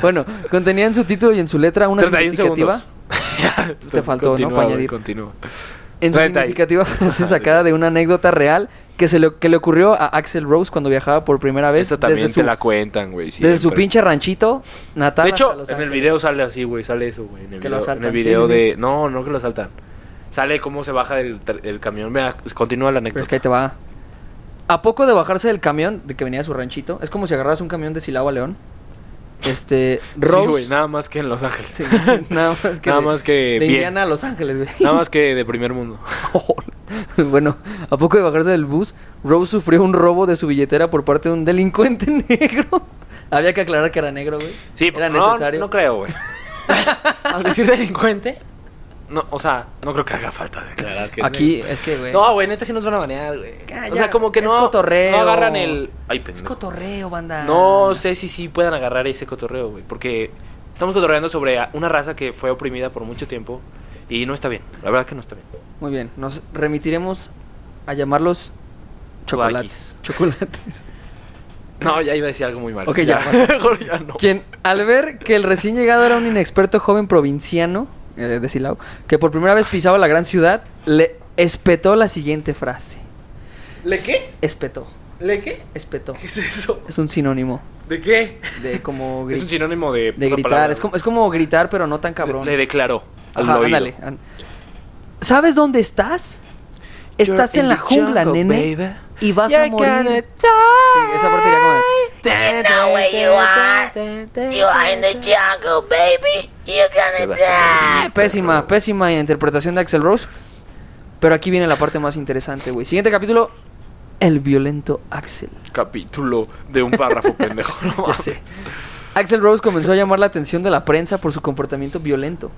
Speaker 1: bueno, contenía en su título y en su letra una
Speaker 2: 31
Speaker 1: significativa.
Speaker 2: segundos.
Speaker 1: <laughs> Te faltó, ¿no?
Speaker 2: Continúa,
Speaker 1: Para
Speaker 2: güey,
Speaker 1: añadir.
Speaker 2: Continúa.
Speaker 1: En su
Speaker 2: Treinta y- <laughs>
Speaker 1: significativa frase
Speaker 2: Ajá,
Speaker 1: sacada de una anécdota real que se le, que le ocurrió a Axel Rose cuando viajaba por primera vez.
Speaker 2: Esa también
Speaker 1: desde
Speaker 2: te
Speaker 1: su,
Speaker 2: la cuentan, güey.
Speaker 1: desde su
Speaker 2: siempre.
Speaker 1: pinche ranchito natal.
Speaker 2: De
Speaker 1: hasta
Speaker 2: hecho,
Speaker 1: Los
Speaker 2: en el
Speaker 1: Ángeles.
Speaker 2: video sale así, güey. Sale eso, güey. En el
Speaker 1: Que
Speaker 2: video,
Speaker 1: lo saltan,
Speaker 2: en el
Speaker 1: sí,
Speaker 2: video
Speaker 1: sí, sí.
Speaker 2: de. No, no que lo saltan. Sale cómo se baja del, tra- del camión. Mira, continúa la
Speaker 1: Pero
Speaker 2: anécdota.
Speaker 1: es que ahí te va. A poco de bajarse del camión, de que venía de su ranchito, es como si agarras un camión de Silao a León. Este, Rose.
Speaker 2: Sí, güey. Nada más que en Los Ángeles.
Speaker 1: Sí, <laughs> nada más que.
Speaker 2: Nada
Speaker 1: de-
Speaker 2: más que
Speaker 1: De
Speaker 2: bien.
Speaker 1: Indiana a Los Ángeles, güey.
Speaker 2: <laughs> Nada más que de primer mundo.
Speaker 1: <laughs> bueno, a poco de bajarse del bus, Rose sufrió un robo de su billetera por parte de un delincuente <laughs> negro. Había que aclarar que era negro, güey.
Speaker 2: Sí,
Speaker 1: era
Speaker 2: pero no,
Speaker 1: necesario.
Speaker 2: no creo,
Speaker 1: <laughs>
Speaker 2: güey. Al decir delincuente. No, o sea, no creo que haga falta declarar que es
Speaker 1: Aquí
Speaker 2: negro.
Speaker 1: es que, güey.
Speaker 2: No, güey, neta sí nos van a banear, güey.
Speaker 1: Ya,
Speaker 2: O sea,
Speaker 1: ya,
Speaker 2: como que
Speaker 1: es
Speaker 2: no,
Speaker 1: cotorreo.
Speaker 2: no agarran el... Ay,
Speaker 1: es
Speaker 2: pendejo.
Speaker 1: cotorreo, banda.
Speaker 2: No sé si sí puedan agarrar ese cotorreo, güey. Porque estamos cotorreando sobre a- una raza que fue oprimida por mucho tiempo y no está bien. La verdad que no está bien.
Speaker 1: Muy bien, nos remitiremos a llamarlos chocolates. Chocolates.
Speaker 2: No, ya iba a decir algo muy malo.
Speaker 1: Ok,
Speaker 2: <laughs>
Speaker 1: ya, basta.
Speaker 2: Mejor ya no.
Speaker 1: Quien, al ver que el recién llegado era un inexperto joven provinciano eh, de Silao, que por primera vez pisaba la gran ciudad, le espetó la siguiente frase.
Speaker 2: ¿Le
Speaker 1: S- Espetó.
Speaker 2: ¿Le qué?
Speaker 1: Espetó.
Speaker 2: ¿Qué es eso?
Speaker 1: Es un sinónimo
Speaker 2: ¿De qué?
Speaker 1: de como gri-
Speaker 2: Es un sinónimo de...
Speaker 1: de
Speaker 2: una
Speaker 1: gritar.
Speaker 2: palabra.
Speaker 1: es, como, es como gritar, pero no tan cabrón.
Speaker 2: Le, le declaró al
Speaker 1: Ajá,
Speaker 2: oído.
Speaker 1: ándale, an- ¿Sabes dónde estás? Estás
Speaker 2: You're
Speaker 1: en
Speaker 2: in
Speaker 1: la
Speaker 2: the
Speaker 1: jungla,
Speaker 2: jungle,
Speaker 1: nene.
Speaker 2: baby.
Speaker 1: Y vas a
Speaker 2: You're gonna
Speaker 1: morir.
Speaker 2: die.
Speaker 1: Sí, esa parte sería como de-
Speaker 3: You know where you are. You are in the jungle, baby. You're
Speaker 2: Te
Speaker 3: gonna
Speaker 2: vas a
Speaker 3: die.
Speaker 2: morir.
Speaker 1: Eh, Pésima, pésima interpretación de Axel Rose. Pero aquí viene la parte más interesante, güey. Siguiente capítulo: El violento Axel.
Speaker 2: Capítulo de un
Speaker 1: <laughs>
Speaker 2: párrafo pendejo. No
Speaker 1: Ya
Speaker 2: mames.
Speaker 1: sé. Axel Rose comenzó a llamar la atención de la prensa por su comportamiento violento.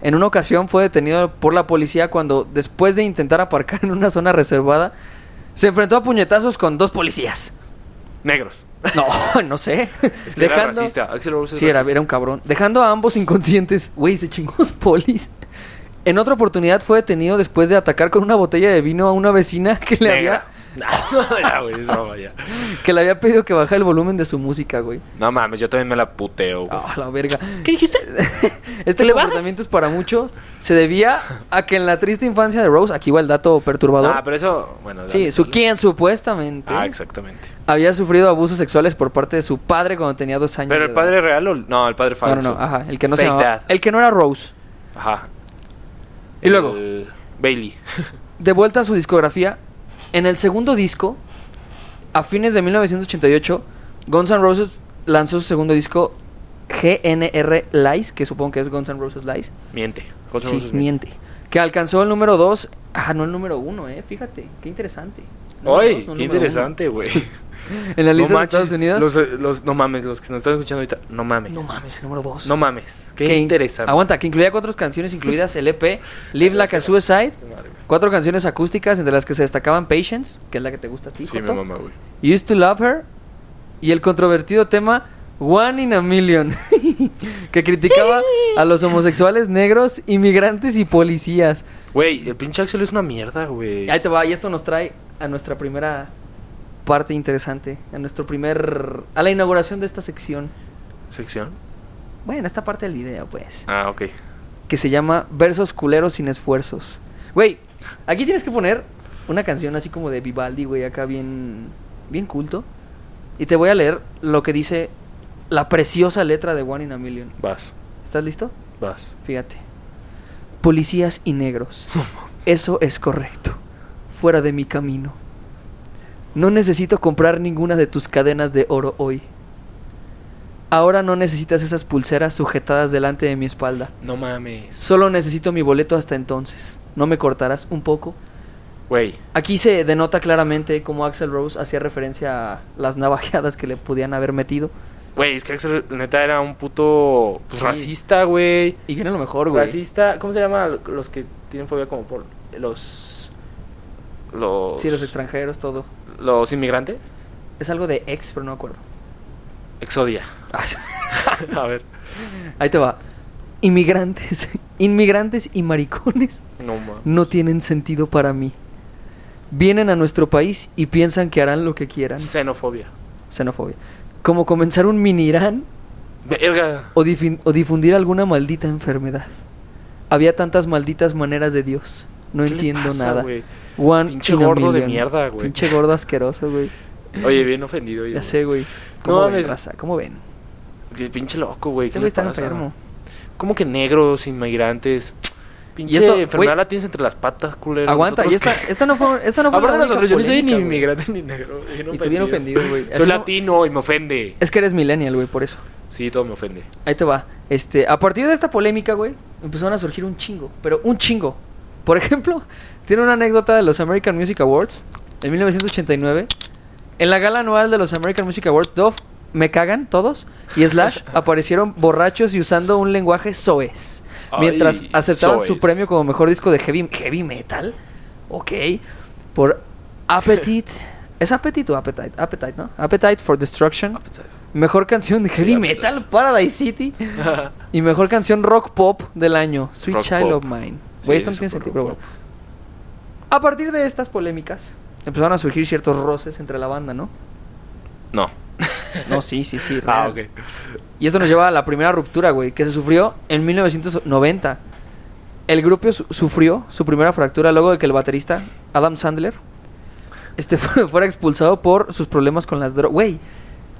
Speaker 1: En una ocasión fue detenido por la policía cuando, después de intentar aparcar en una zona reservada, se enfrentó a puñetazos con dos policías.
Speaker 2: Negros.
Speaker 1: No, <laughs> no sé.
Speaker 2: Es que era racista. Axel Rose es
Speaker 1: Sí, era,
Speaker 2: racista.
Speaker 1: era un cabrón. Dejando a ambos inconscientes. Güey, se chingó los polis. En otra oportunidad fue detenido después de atacar con una botella de vino a una vecina que le, había,
Speaker 2: Negra. <laughs> No, ya, güey, es broma, ya.
Speaker 1: que le había pedido que bajara el volumen de su música, güey.
Speaker 2: No mames, yo también me la puteo. güey.
Speaker 1: Ah, la verga. ¿Qué dijiste? <laughs> este comportamiento es para muchos. Se debía a que en la triste infancia de Rose, aquí va el dato perturbador.
Speaker 2: Ah, pero eso, bueno.
Speaker 1: sí,
Speaker 2: dale,
Speaker 1: su
Speaker 2: dale.
Speaker 1: quien supuestamente
Speaker 2: Ah, exactamente.
Speaker 1: había sufrido abusos sexuales por parte de su padre cuando tenía dos años.
Speaker 2: Pero
Speaker 1: de
Speaker 2: el
Speaker 1: edad.
Speaker 2: padre real o no, el padre
Speaker 1: No,
Speaker 2: falso.
Speaker 1: no, no, ajá. El que no se
Speaker 2: Fake
Speaker 1: llamaba-
Speaker 2: dad.
Speaker 1: El que no era Rose.
Speaker 2: Ajá.
Speaker 1: Y luego.
Speaker 2: El Bailey. <laughs>
Speaker 1: De vuelta a su discografía, en el segundo disco, a fines de 1988, Guns N' Roses lanzó su segundo disco GNR Lies, que supongo que es Guns N' Roses Lies.
Speaker 2: Miente. Guns N'
Speaker 1: Sí,
Speaker 2: Roses
Speaker 1: miente. Que alcanzó el número 2. Ah, no el número 1, eh. Fíjate, qué interesante. Número
Speaker 2: ¡Ay!
Speaker 1: dos, no
Speaker 2: ¡Qué
Speaker 1: número uno.
Speaker 2: interesante, güey!
Speaker 1: En la
Speaker 2: no
Speaker 1: lista de
Speaker 2: manches,
Speaker 1: Estados Unidos.
Speaker 2: Los, eh, los- no mames, los que nos están escuchando ahorita. No mames.
Speaker 1: No mames, el número 2.
Speaker 2: No mames. Qué interesante.
Speaker 1: Aguanta, que incluía cuatro canciones, incluidas el EP Live Like a Suicide, cuatro canciones acústicas, entre las que se destacaban Patience, que es la que te gusta a ti.
Speaker 2: Sí, mi
Speaker 1: Joto.
Speaker 2: mamá, güey.
Speaker 1: Used to Love Her, y el controvertido tema One in a Million, <laughs> que criticaba a los homosexuales negros, inmigrantes y policías.
Speaker 2: Güey, el pinche Axel es una mierda, güey.
Speaker 1: Ahí te va, y esto nos trae a nuestra primera parte interesante, a nuestro primer... a la inauguración de esta sección.
Speaker 2: ¿Sección?
Speaker 1: Bueno, esta parte del video, pues.
Speaker 2: Ah, ok.
Speaker 1: Que se llama Versos culeros sin esfuerzos. Güey, aquí tienes que poner una canción así como de Vivaldi, güey, acá bien, bien culto. Y te voy a leer lo que dice la preciosa letra de One in a Million.
Speaker 2: Vas,
Speaker 1: ¿Estás listo?
Speaker 2: vas.
Speaker 1: Fíjate. Policías y negros. Eso es correcto. Fuera de mi camino. No necesito comprar ninguna de tus cadenas de oro hoy. Ahora no necesitas esas pulseras sujetadas delante de mi espalda.
Speaker 2: No mames.
Speaker 1: Solo necesito mi boleto hasta entonces. ¿No me cortarás un poco?
Speaker 2: Güey,
Speaker 1: Aquí se denota claramente cómo Axel Rose hacía referencia a las navajadas que le podían haber metido.
Speaker 2: güey, es que Axel neta era un puto pues,
Speaker 1: Sí.
Speaker 2: racista, güey.
Speaker 1: Y viene lo mejor,
Speaker 2: Pues
Speaker 1: güey.
Speaker 2: Racista, ¿cómo se llama los que tienen fobia como por los los
Speaker 1: Sí, los extranjeros, todo.
Speaker 2: los inmigrantes?
Speaker 1: Es algo de ex, pero no me acuerdo. <laughs>
Speaker 2: Exodia. <laughs> A ver.
Speaker 1: Ahí te va. Inmigrantes, <laughs> inmigrantes y maricones
Speaker 2: No mames.
Speaker 1: no tienen sentido para mí. Vienen a nuestro país y piensan que harán lo que quieran.
Speaker 2: Xenofobia.
Speaker 1: Xenofobia. Como comenzar un mini Irán
Speaker 2: Verga.
Speaker 1: o, difin- o difundir alguna maldita enfermedad. Había tantas malditas maneras de Dios. No
Speaker 2: ¿Qué le
Speaker 1: entiendo
Speaker 2: pasa,
Speaker 1: nada.
Speaker 2: güey?
Speaker 1: One
Speaker 2: Pinche
Speaker 1: in a
Speaker 2: gordo de
Speaker 1: million.
Speaker 2: mierda, güey.
Speaker 1: Pinche gordo asqueroso, güey.
Speaker 2: Oye, bien ofendido. oye,
Speaker 1: Ya
Speaker 2: güey.
Speaker 1: sé, güey. ¿Cómo ven,
Speaker 2: mames.
Speaker 1: raza? ¿Cómo ven?
Speaker 2: Qué pinche loco, güey.
Speaker 1: Este
Speaker 2: ¿Qué
Speaker 1: güey
Speaker 2: le
Speaker 1: está
Speaker 2: pasa?
Speaker 1: enfermo.
Speaker 2: ¿Cómo que negros, inmigrantes? Pinche
Speaker 1: esto,
Speaker 2: enfermedad
Speaker 1: güey.
Speaker 2: la tienes entre las patas, culero.
Speaker 1: Aguanta, y
Speaker 2: Nosotros
Speaker 1: esta,
Speaker 2: que-
Speaker 1: esta no fue, esta no fue
Speaker 2: Aparte
Speaker 1: la
Speaker 2: de
Speaker 1: única
Speaker 2: nosotros, yo no soy ni
Speaker 1: polémica, güey.
Speaker 2: inmigrante ni negro. bien
Speaker 1: Y te bien ofendido, güey.
Speaker 2: Soy
Speaker 1: Así-
Speaker 2: latino y me ofende.
Speaker 1: Es que eres millennial, güey, por eso.
Speaker 2: Sí, todo me ofende.
Speaker 1: Ahí te va. Este, a partir de esta polémica, güey, empezaron a surgir un chingo, pero un chingo. Por <laughs> ejemplo, tiene una anécdota de los American Music Awards en 1989. En la gala anual de los American Music Awards, Dove, me cagan todos, y
Speaker 2: <laughs>
Speaker 1: Slash aparecieron borrachos y usando un lenguaje soez. Mientras
Speaker 2: Ay,
Speaker 1: aceptaban su
Speaker 2: soez.
Speaker 1: premio como mejor disco de heavy, heavy metal, ok, por Appetite. ¿Es Appetite o Appetite? Appetite, ¿no? Appetite for Destruction. Mejor canción de heavy
Speaker 2: Appetite.
Speaker 1: metal, Paradise City.
Speaker 2: <laughs>
Speaker 1: Y mejor canción rock pop del año, Sweet
Speaker 2: Rock
Speaker 1: Child
Speaker 2: pop.
Speaker 1: of Mine. Güey,
Speaker 2: Sí,
Speaker 1: esto no tiene
Speaker 2: súper
Speaker 1: sentido, pero
Speaker 2: rock
Speaker 1: bueno. A partir de estas polémicas, empezaron a surgir ciertos roces entre la banda, ¿no?
Speaker 2: No.
Speaker 1: No, sí,
Speaker 2: <laughs>
Speaker 1: sí, sí.
Speaker 2: Ah,
Speaker 1: real.
Speaker 2: ok.
Speaker 1: Y esto nos lleva a la primera ruptura, güey, que se sufrió en 1990. El grupo su- sufrió su primera fractura luego de que el baterista Adam Sandler este <laughs> fu- fuera expulsado por sus problemas con las drogas. Güey,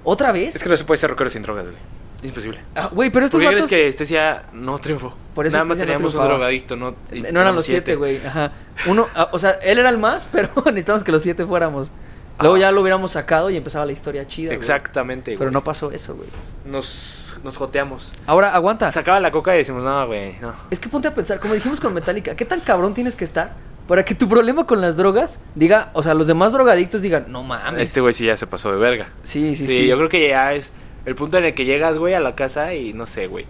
Speaker 1: ¿otra vez?
Speaker 2: Es que no se puede ser rockero sin drogas, güey. Es imposible.
Speaker 1: Ah, Güey, pero estos
Speaker 2: ¿Por qué crees
Speaker 1: vatos...
Speaker 2: que Estesia no triunfó?
Speaker 1: Por eso
Speaker 2: Nada más
Speaker 1: Estesia no
Speaker 2: teníamos un
Speaker 1: triunfaba.
Speaker 2: drogadicto, no. y
Speaker 1: No eran los siete, güey. Ajá. Uno, ah, o sea, él era el más, <laughs> pero necesitábamos que los siete fuéramos. Luego
Speaker 2: Ah.
Speaker 1: ya lo hubiéramos sacado y empezaba la historia chida. güey.
Speaker 2: Exactamente, güey.
Speaker 1: Pero no pasó eso, güey.
Speaker 2: Nos, nos joteamos.
Speaker 1: Ahora, aguanta.
Speaker 2: Sacaba la coca y decimos, no, güey, no.
Speaker 1: Es que ponte a pensar, como dijimos con Metallica, ¿qué tan cabrón tienes que estar para que tu problema con las drogas diga, o sea, los demás drogadictos digan, no mames.
Speaker 2: Este güey sí ya se pasó de verga.
Speaker 1: Sí, sí, sí.
Speaker 2: yo creo que ya es el punto en el que llegas, güey, a la casa y no sé, güey.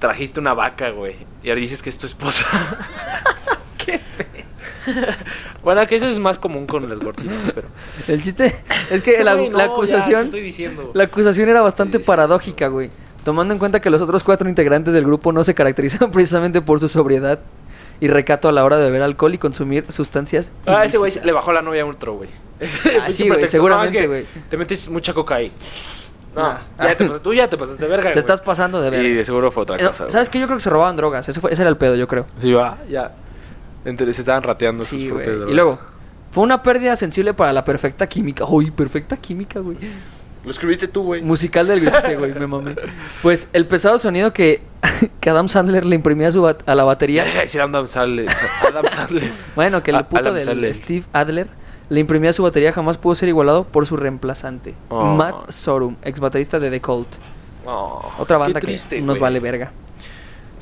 Speaker 2: Trajiste una vaca, güey. Y ahora dices que es tu esposa.
Speaker 1: <laughs> Qué fe-
Speaker 2: bueno, que eso es más común con los gorditos,
Speaker 1: <laughs>
Speaker 2: pero.
Speaker 1: El chiste es que la,
Speaker 2: Güey, no,
Speaker 1: la
Speaker 2: ya,
Speaker 1: acusación.
Speaker 2: te estoy diciendo.
Speaker 1: La acusación era bastante
Speaker 2: Sí, sí.
Speaker 1: paradójica, güey. Tomando en cuenta que los otros cuatro integrantes del grupo no se caracterizaban <laughs> precisamente por su sobriedad y recato a la hora de beber alcohol y consumir sustancias.
Speaker 2: Ah, ese güey
Speaker 1: ilícitas.
Speaker 2: le bajó la novia a un otro, güey. Pinche
Speaker 1: Ah, sí, güey,
Speaker 2: pretexto.
Speaker 1: seguramente,
Speaker 2: No, es que
Speaker 1: güey.
Speaker 2: Te metes mucha coca ahí. No,
Speaker 1: Nah.
Speaker 2: ya te pasas- tú ya te pasaste de verga,
Speaker 1: Te estás pasando de ver.
Speaker 2: Y de seguro fue otra cosa.
Speaker 1: ¿Sabes qué? Yo creo que se robaban drogas. Eso fue- ese era el pedo, yo creo.
Speaker 2: güey. Sí, va, ya. Entre- se estaban rateando
Speaker 1: Sí,
Speaker 2: sus
Speaker 1: güey.
Speaker 2: propias drogas.
Speaker 1: Y luego, fue una pérdida sensible para la perfecta química. Uy, perfecta química, güey.
Speaker 2: Lo escribiste tú, güey. <laughs>
Speaker 1: Musical del grupo, sí, güey, me mamé. Pues el pesado sonido que, <laughs> que Adam Sandler le imprimía a, su bat- a la batería.
Speaker 2: Sí, Adam Sandler. Adam Sandler.
Speaker 1: <laughs> Bueno, que el
Speaker 2: A-
Speaker 1: puto
Speaker 2: Adam
Speaker 1: del
Speaker 2: Sandler.
Speaker 1: Steve Adler le imprimía su batería jamás pudo ser igualado por su reemplazante,
Speaker 2: Oh.
Speaker 1: Matt Sorum, ex baterista de The Cult,
Speaker 2: Oh,
Speaker 1: otra banda
Speaker 2: qué triste,
Speaker 1: que nos
Speaker 2: güey.
Speaker 1: vale verga.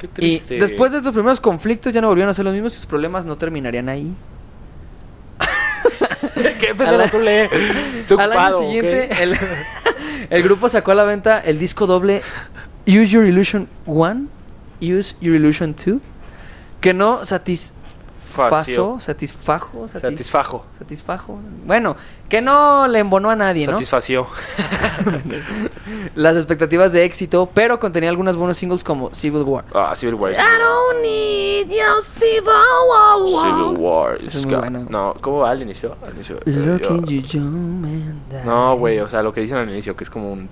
Speaker 2: Qué triste.
Speaker 1: Y después de estos primeros conflictos ya no volvieron a ser los mismos y sus problemas no terminarían ahí.
Speaker 2: <laughs> ¿Qué
Speaker 1: al
Speaker 2: pendejo
Speaker 1: a-
Speaker 2: tú lees? Estoy
Speaker 1: Al
Speaker 2: ocupado,
Speaker 1: año siguiente,
Speaker 2: ¿ok?
Speaker 1: el, <laughs> el grupo sacó a la venta el disco doble Use Your Illusion 1, Use Your Illusion 2, que no satis- satisfazo, satisfajo, satis-
Speaker 2: Satisfajo.
Speaker 1: satisfajo. Bueno, que no le embonó a nadie, ¿no?
Speaker 2: Satisfacción.
Speaker 1: <laughs> Las expectativas de éxito, pero contenía algunos buenos singles como Civil War.
Speaker 2: Ah, Civil War. es
Speaker 3: I
Speaker 2: muy
Speaker 3: don't need your civil war.
Speaker 2: bueno. Civil War.
Speaker 1: Es
Speaker 2: is
Speaker 1: muy
Speaker 2: God.
Speaker 1: bueno.
Speaker 2: No, ¿cómo va al inicio? Al inicio.
Speaker 1: Looking
Speaker 2: eh,
Speaker 1: you young and I-
Speaker 2: No, güey, o sea, lo que dicen al inicio, que es como un...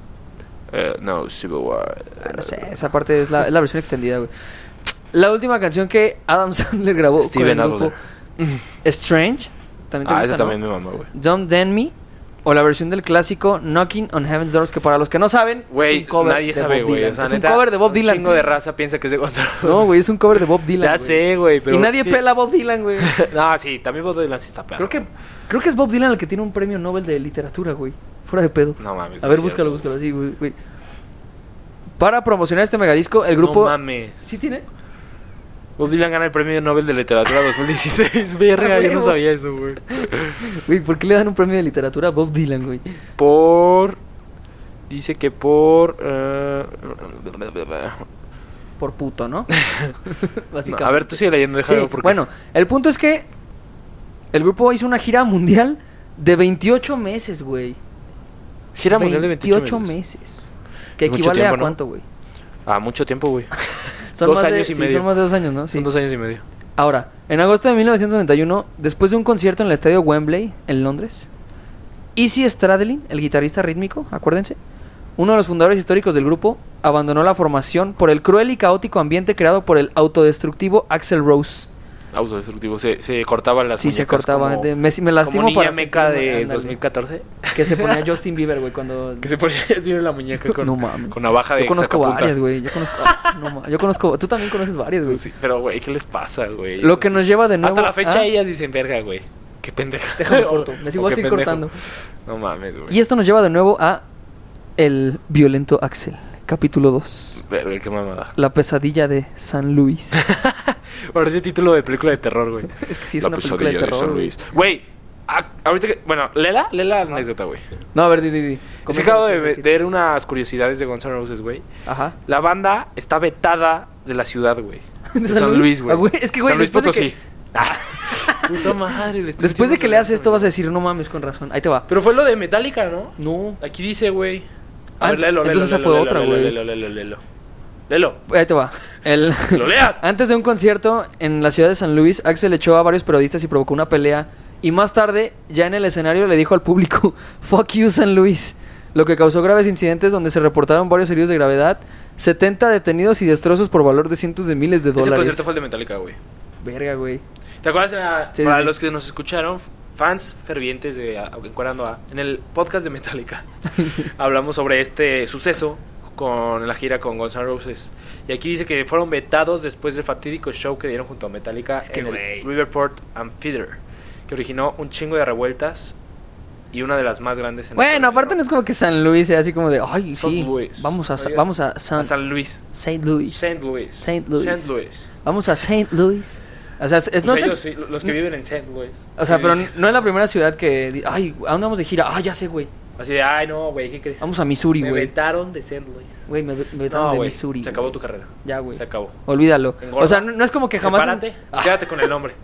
Speaker 2: eh, no, Civil War. eh,
Speaker 1: Ah, no sé, esa parte es la, es la versión extendida, güey. La última canción que Adam <laughs> Sandler grabó
Speaker 2: Steven
Speaker 1: con el grupo Strange. También te
Speaker 2: Ah,
Speaker 1: gusta,
Speaker 2: esa
Speaker 1: ¿no?
Speaker 2: también me mamó, güey.
Speaker 1: Don't Damn Me o la versión del clásico Knocking on Heaven's Doors que para los que no saben, es
Speaker 2: Güey,
Speaker 1: un cover
Speaker 2: nadie
Speaker 1: de
Speaker 2: sabe,
Speaker 1: Bob
Speaker 2: güey.
Speaker 1: Dylan.
Speaker 2: O sea,
Speaker 1: es
Speaker 2: neta,
Speaker 1: un cover de Bob
Speaker 2: Un
Speaker 1: Dylan.
Speaker 2: chingo de raza piensa que es de Gonzalo.
Speaker 1: No, güey, es un cover de Bob Dylan.
Speaker 2: Ya
Speaker 1: güey.
Speaker 2: sé, güey, pero...
Speaker 1: y nadie
Speaker 2: sí.
Speaker 1: pela a Bob Dylan, güey.
Speaker 2: <laughs> No, sí, también Bob Dylan sí está pelando.
Speaker 1: Creo que creo que es Bob Dylan el que tiene un premio Nobel de literatura, güey. Fuera de pedo.
Speaker 2: No mames,
Speaker 1: a
Speaker 2: no
Speaker 1: ver,
Speaker 2: es
Speaker 1: búscalo,
Speaker 2: cierto.
Speaker 1: búscalo, sí, güey, güey. Para promocionar este megadisco, el
Speaker 2: No
Speaker 1: grupo
Speaker 2: mames.
Speaker 1: ¿Sí tiene?
Speaker 2: Bob Dylan gana el premio Nobel de Literatura 2016. <laughs> Verga,
Speaker 1: Ah,
Speaker 2: yo no
Speaker 1: huevo.
Speaker 2: sabía eso, güey.
Speaker 1: Güey, ¿por qué le dan un premio de literatura a Bob Dylan, güey?
Speaker 2: Por. Dice que por. eh,
Speaker 1: Por puto,
Speaker 2: <laughs>
Speaker 1: ¿no? <laughs> Básicamente.
Speaker 2: a ver, tú sigue leyendo, déjame
Speaker 1: Sí,
Speaker 2: ver por qué.
Speaker 1: Bueno, el punto es que el grupo hizo una gira mundial de 28 meses, güey.
Speaker 2: Gira mundial de 28, meses.
Speaker 1: meses. Que
Speaker 2: Es mucho
Speaker 1: equivale
Speaker 2: tiempo,
Speaker 1: a
Speaker 2: ¿no?
Speaker 1: cuánto, güey.
Speaker 2: Ah, mucho tiempo, güey.
Speaker 1: Son
Speaker 2: Dos
Speaker 1: más de-
Speaker 2: años y
Speaker 1: sí,
Speaker 2: medio.
Speaker 1: Son más de dos años, ¿no? Sí.
Speaker 2: Son dos años y medio.
Speaker 1: Ahora, en agosto de 1991, después de un concierto en el estadio Wembley, en Londres, Izzy Stradlin, el guitarrista rítmico, acuérdense, uno de los fundadores históricos del grupo, abandonó la formación por el cruel y caótico ambiente creado por el autodestructivo Axel Rose.
Speaker 2: Autodestructivo. Se, se cortaban las
Speaker 1: Sí, se
Speaker 2: muñecas
Speaker 1: cortaba.
Speaker 2: Como,
Speaker 1: de- me, me
Speaker 2: como
Speaker 1: lastimó
Speaker 2: niña
Speaker 1: para
Speaker 2: meca
Speaker 1: sentirme-
Speaker 2: de
Speaker 1: ándale.
Speaker 2: 2014.
Speaker 1: Que
Speaker 2: <laughs>
Speaker 1: se ponía Justin Bieber, güey, cuando...
Speaker 2: Que se ponía <laughs> así en la muñeca con,
Speaker 1: No mames.
Speaker 2: con navaja de
Speaker 1: Yo conozco
Speaker 2: sacapuntas.
Speaker 1: varias, güey. Yo conozco... ah, no ma- yo conozco... Tú también conoces varias, güey.
Speaker 2: Sí, pero, güey, ¿qué les pasa, güey?
Speaker 1: Lo que nos lleva de nuevo...
Speaker 2: Hasta la fecha
Speaker 1: a-
Speaker 2: ellas dicen, verga, güey. Qué pendeja.
Speaker 1: Déjame
Speaker 2: <laughs>
Speaker 1: corto. Me
Speaker 2: O
Speaker 1: sigo
Speaker 2: qué
Speaker 1: así
Speaker 2: pendejo.
Speaker 1: cortando.
Speaker 2: No mames, güey.
Speaker 1: Y esto nos lleva de nuevo a el violento Axel, capítulo 2.
Speaker 2: Verga, qué mamada.
Speaker 1: La pesadilla de San
Speaker 2: <laughs>
Speaker 1: Luis.
Speaker 2: Ahora ese título de película de terror, güey.
Speaker 1: es que sí es una película de terror. güey.
Speaker 2: Güey, a- ahorita que. Bueno, léela, léela la anécdota, güey.
Speaker 1: No, a ver, di, di, di.
Speaker 2: Es que
Speaker 1: Comenta
Speaker 2: acabo
Speaker 1: lo que
Speaker 2: de
Speaker 1: quieres
Speaker 2: ver unas curiosidades de Guns N' Roses, güey.
Speaker 1: decir. Ajá.
Speaker 2: La banda está vetada de la ciudad,
Speaker 1: <laughs>
Speaker 2: güey.
Speaker 1: ¿De
Speaker 2: De
Speaker 1: San
Speaker 2: San
Speaker 1: Luis?
Speaker 2: Luis, güey.
Speaker 1: Ah, güey, es que, güey,
Speaker 2: San Luis
Speaker 1: después de
Speaker 2: Potosí. <laughs> Ah, Puta madre. le estoy
Speaker 1: Después de que
Speaker 2: metiendo
Speaker 1: leas
Speaker 2: la-
Speaker 1: esto vas a decir, no mames, con razón. Ahí te va.
Speaker 2: Pero fue lo de Metallica, ¿no?
Speaker 1: No.
Speaker 2: Aquí dice, güey.
Speaker 1: Ah, entonces esa fue otra, güey.
Speaker 2: Lelo, lelo, lelo. Lelo.
Speaker 1: Ahí te va. El...
Speaker 2: <laughs> ¡Lo leas!
Speaker 1: Antes de un concierto en la ciudad de San Luis, Axel echó a varios periodistas y provocó una pelea. Y más tarde, ya en el escenario, le dijo al público, <laughs> fuck you San Luis. Lo que causó graves incidentes donde se reportaron varios heridos de gravedad, 70 detenidos y destrozos por valor de cientos de miles de
Speaker 2: Ese
Speaker 1: dólares.
Speaker 2: concierto fue el de Metallica, güey.
Speaker 1: Verga, güey.
Speaker 2: ¿Te acuerdas? Era-
Speaker 1: Sí,
Speaker 2: para
Speaker 1: sí.
Speaker 2: los que nos escucharon, fans fervientes de A- Encuadrando A, en el podcast de
Speaker 1: <laughs>
Speaker 2: Metallica, hablamos sobre este suceso con la gira con Guns N' Roses. Y aquí dice que fueron vetados después del fatídico show que dieron junto a Metallica
Speaker 1: que,
Speaker 2: en el
Speaker 1: güey.
Speaker 2: Riverport Amphitheater, que originó un chingo de revueltas y una de las más grandes en
Speaker 1: Bueno, aparte no es como que San Luis sea así como de, ay,
Speaker 2: San
Speaker 1: sí,
Speaker 2: Luis.
Speaker 1: vamos a,
Speaker 2: Oigas,
Speaker 1: vamos a San,
Speaker 2: a San Luis.
Speaker 1: Saint Louis.
Speaker 2: St. Louis.
Speaker 1: Saint Louis.
Speaker 2: Saint Louis.
Speaker 1: Vamos a Saint Louis. O sea, es, es- no
Speaker 2: Pues
Speaker 1: sé-
Speaker 2: ellos sí, los que viven en St. Louis.
Speaker 1: O sea,
Speaker 2: Sí,
Speaker 1: pero
Speaker 2: sí.
Speaker 1: no es la primera ciudad que... di- Ay, ¿a dónde vamos de gira? Ah, ya sé, güey.
Speaker 2: Así de, ay, no, güey, ¿qué crees?
Speaker 1: Vamos a Missouri,
Speaker 2: Me
Speaker 1: güey.
Speaker 2: vetaron de St. Louis.
Speaker 1: Güey, me, me vetaron
Speaker 2: No,
Speaker 1: de
Speaker 2: güey,
Speaker 1: Missouri.
Speaker 2: Se
Speaker 1: güey.
Speaker 2: acabó tu carrera.
Speaker 1: Ya, güey.
Speaker 2: Se acabó.
Speaker 1: Olvídalo.
Speaker 2: Engorda.
Speaker 1: O sea, no, no es como que jamás.
Speaker 2: Sepárate.
Speaker 1: Ah,
Speaker 2: Quédate con el
Speaker 1: <laughs>
Speaker 2: nombre.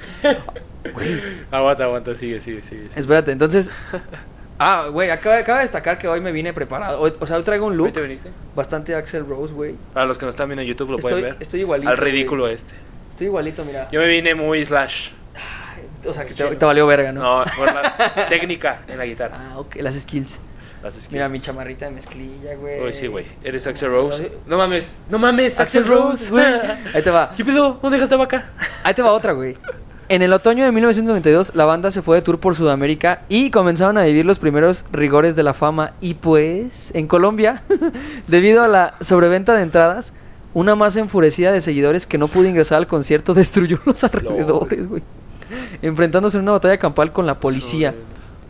Speaker 2: aguanta, aguanta. Sigue, sigue, sigue. sigue.
Speaker 1: espérate, entonces. <laughs> Ah, güey, acaba, acaba de destacar que hoy me vine preparado. Hoy- o sea, hoy traigo un
Speaker 2: ¿Hoy
Speaker 1: look
Speaker 2: te viniste?
Speaker 1: bastante Axel Rose, güey.
Speaker 2: Para los que nos están viendo en YouTube lo
Speaker 1: Estoy,
Speaker 2: pueden ver.
Speaker 1: estoy igualito.
Speaker 2: Al
Speaker 1: güey.
Speaker 2: ridículo este.
Speaker 1: Estoy igualito, mira.
Speaker 2: Yo me vine muy slash.
Speaker 1: o sea, que te, te valió verga, Ah, ¿no?
Speaker 2: No, por la técnica en la guitarra.
Speaker 1: <laughs> Ah, ok, las skills.
Speaker 2: Las skills.
Speaker 1: Mira mi chamarrita de mezclilla, güey.
Speaker 2: Uy, sí, güey. Eres Axel
Speaker 1: No,
Speaker 2: Rose.
Speaker 1: no,
Speaker 2: No mames. No mames,
Speaker 1: Axel
Speaker 2: <laughs>
Speaker 1: Rose, güey. Ahí te va.
Speaker 2: ¿Qué pedo? ¿Dónde dejaste vaca?
Speaker 1: Ahí te va otra, güey. En el otoño de 1992, la banda se fue de tour por Sudamérica y comenzaron a vivir los primeros rigores de la fama. Y pues, en Colombia, <laughs> debido a la sobreventa de entradas, una masa enfurecida de seguidores que no pudo ingresar al concierto <laughs> destruyó los alrededores, güey. Enfrentándose en una batalla campal con la policía.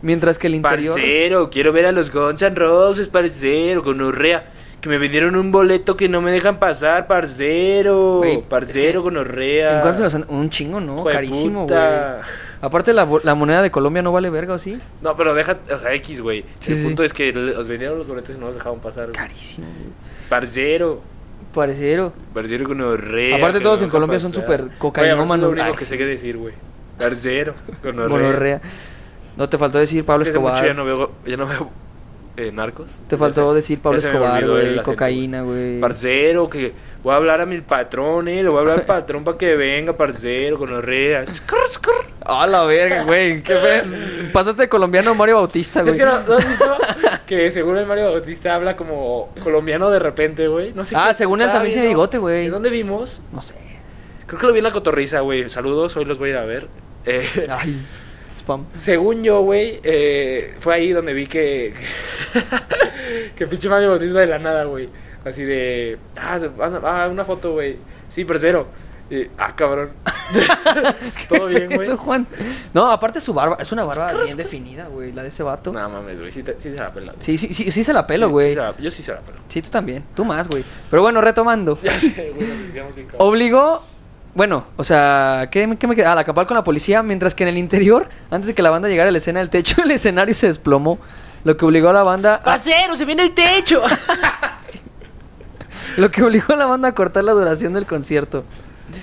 Speaker 1: Mientras que el interior...
Speaker 2: Parcero, quiero ver a los Guns N' Roses, parcero, con Orrea. Que me vendieron un boleto que no me dejan pasar, parcero.
Speaker 1: Güey, es
Speaker 2: parcero,
Speaker 1: que-
Speaker 2: con Orrea.
Speaker 1: ¿En cuánto se los han- Un chingo, ¿no?
Speaker 2: Hijo de
Speaker 1: Carísimo, güey.
Speaker 2: puta.
Speaker 1: Aparte, la, bo- la moneda de Colombia no vale verga, ¿o sí?
Speaker 2: No, pero deja, o sea, X, güey.
Speaker 1: Sí,
Speaker 2: el
Speaker 1: sí,
Speaker 2: punto
Speaker 1: sí.
Speaker 2: es que los vendieron los boletos y no los dejaban pasar. güey.
Speaker 1: Carísimo, güey.
Speaker 2: Parcero,
Speaker 1: Parecero.
Speaker 2: parcero, con Orrea.
Speaker 1: Aparte,
Speaker 2: que
Speaker 1: todos
Speaker 2: no
Speaker 1: en
Speaker 2: dejan
Speaker 1: Colombia son
Speaker 2: pasar.
Speaker 1: súper
Speaker 2: Güey, aparte
Speaker 1: cocainómanos.
Speaker 2: Es lo
Speaker 1: Ay.
Speaker 2: único que sé qué decir, güey. Garcero, gonorrea.
Speaker 1: Gonorrea. No te faltó decir
Speaker 2: Es
Speaker 1: Pablo
Speaker 2: que hace mucho
Speaker 1: Escobar.
Speaker 2: ya no veo, ya no veo eh, narcos.
Speaker 1: Te faltó
Speaker 2: Ya se-
Speaker 1: decir Pablo
Speaker 2: ya se me
Speaker 1: Escobar,
Speaker 2: olvidó el
Speaker 1: güey,
Speaker 2: acento,
Speaker 1: cocaína, güey.
Speaker 2: Parcero, que voy a hablar a mi patrón, eh. Le voy a
Speaker 1: <laughs>
Speaker 2: hablar al patrón para que venga, parcero, gonorrea. Skrr, skrr.
Speaker 1: Ah, la verga, güey.
Speaker 2: <laughs>
Speaker 1: qué fe- Pasaste de colombiano a Mario Bautista, güey.
Speaker 2: Es que no, ¿no has visto que según el Mario Bautista habla como colombiano de repente, güey. No sé
Speaker 1: Ah,
Speaker 2: qué-
Speaker 1: según él
Speaker 2: estaba
Speaker 1: también tiene
Speaker 2: viendo-
Speaker 1: bigote, güey.
Speaker 2: ¿En dónde vimos?
Speaker 1: No sé.
Speaker 2: Creo que lo vi en la cotorriza, güey. Saludos, hoy los voy a ir a ver. Eh,
Speaker 1: Ah, Ay, spam.
Speaker 2: Según yo, güey, eh, fue ahí donde vi que. <laughs> que pinche Mario Bautista de la nada, güey. Así de. Ah, se- ah, ah, una foto, güey. Sí, parcero. Y, ah, cabrón. <laughs> <laughs> Todo
Speaker 1: <laughs>
Speaker 2: bien, güey.
Speaker 1: Eso, Juan. No, aparte su barba, es una barba bien definida, güey, la de ese vato.
Speaker 2: No mames, güey. Sí, te- sí se la pela.
Speaker 1: Sí, sí, sí, sí se la pelo,
Speaker 2: Sí,
Speaker 1: güey.
Speaker 2: sí
Speaker 1: Sí,
Speaker 2: se la- yo sí se la pelo.
Speaker 1: <laughs> tú también, tú más, güey. Pero bueno, retomando.
Speaker 2: Ya sé, güey. nos desviamos bien, cabrón.
Speaker 1: Obligó, bueno, o sea, ¿qué, me- qué me queda? Al acabar con la policía, mientras que en el interior, antes de que la banda llegara a la escena, el techo <laughs> del escenario se desplomó, lo que obligó a la banda a
Speaker 2: ¡Parcero, se viene el techo! <laughs>
Speaker 1: Lo que obligó a la banda a cortar la duración del concierto.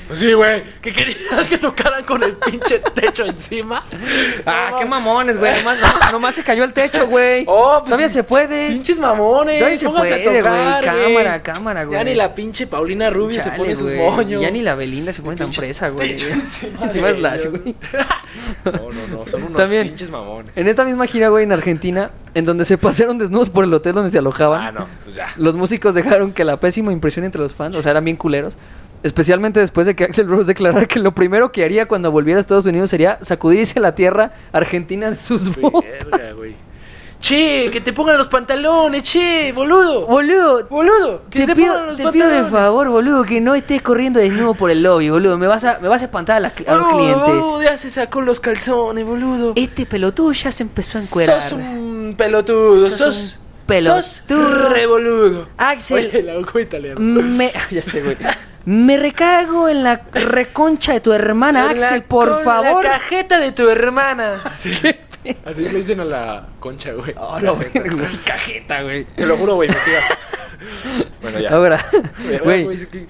Speaker 2: pues sí, güey. Que querían <laughs> que tocaran con el pinche techo encima.
Speaker 1: Ah,
Speaker 2: No
Speaker 1: qué
Speaker 2: mames.
Speaker 1: mamones, güey. Nomás, no- nomás se cayó el techo, <laughs> güey.
Speaker 2: Oh, pues,
Speaker 1: Todavía se puede.
Speaker 2: Pinches mamones.
Speaker 1: Todavía se
Speaker 2: pónganse a
Speaker 1: puede,
Speaker 2: tocar,
Speaker 1: güey.
Speaker 2: güey.
Speaker 1: Cámara, cámara, güey.
Speaker 2: Ya ni la pinche Paulina Rubio se
Speaker 1: Chale,
Speaker 2: pone sus
Speaker 1: güey.
Speaker 2: moños.
Speaker 1: Ya ni la Belinda se pone tan
Speaker 2: Pinche
Speaker 1: presa, güey. <laughs>
Speaker 2: techo encima
Speaker 1: Encima
Speaker 2: de
Speaker 1: es Slash,
Speaker 2: ellos.
Speaker 1: güey.
Speaker 2: <laughs> No, no, no. Son unos
Speaker 1: También.
Speaker 2: pinches mamones.
Speaker 1: En esta misma gira, güey, en Argentina, en donde se <laughs> pasaron desnudos por el hotel donde se alojaban,
Speaker 2: Ah, no. Pues ya.
Speaker 1: los músicos dejaron que la pésima impresión entre los fans, o sea, eran bien culeros, especialmente después de que Axel Rose declarara que lo primero que haría cuando volviera a Estados Unidos sería sacudirse la tierra argentina de sus botas.
Speaker 2: Verga, güey. Che, que te pongan los pantalones, che, boludo.
Speaker 1: Boludo,
Speaker 2: Boludo, que te,
Speaker 1: Te
Speaker 2: pongan
Speaker 1: pido,
Speaker 2: los
Speaker 1: te pido de
Speaker 2: pantalones.
Speaker 1: favor, boludo, que no estés corriendo desnudo por el lobby, boludo. Me vas a, me vas a espantar a, las cl- a los
Speaker 2: Boludo,
Speaker 1: clientes.
Speaker 2: boludo, ya se sacó los calzones, boludo.
Speaker 1: Este pelotudo ya se empezó a encuerar.
Speaker 2: Sos un pelotudo,
Speaker 1: Sos
Speaker 2: sos,
Speaker 1: un Ah, pelotudo.
Speaker 2: sos revoludo.
Speaker 1: Axel.
Speaker 2: Oye, la boca italiana.
Speaker 1: Me, <laughs> ya sé,
Speaker 2: <laughs>
Speaker 1: güey. Me recago en la reconcha de tu hermana,
Speaker 2: Con la-
Speaker 1: Axel, por
Speaker 2: con
Speaker 1: favor.
Speaker 2: La cajeta de tu hermana. Así, <laughs> así le dicen a la concha, güey.
Speaker 1: Oh, no, güey,
Speaker 2: Cajeta.
Speaker 1: güey, cajeta, güey.
Speaker 2: Te lo juro, güey,
Speaker 1: <laughs>
Speaker 2: investiga. bueno, ya.
Speaker 1: Ahora,
Speaker 2: Güey,
Speaker 1: güey.
Speaker 2: güey, qué,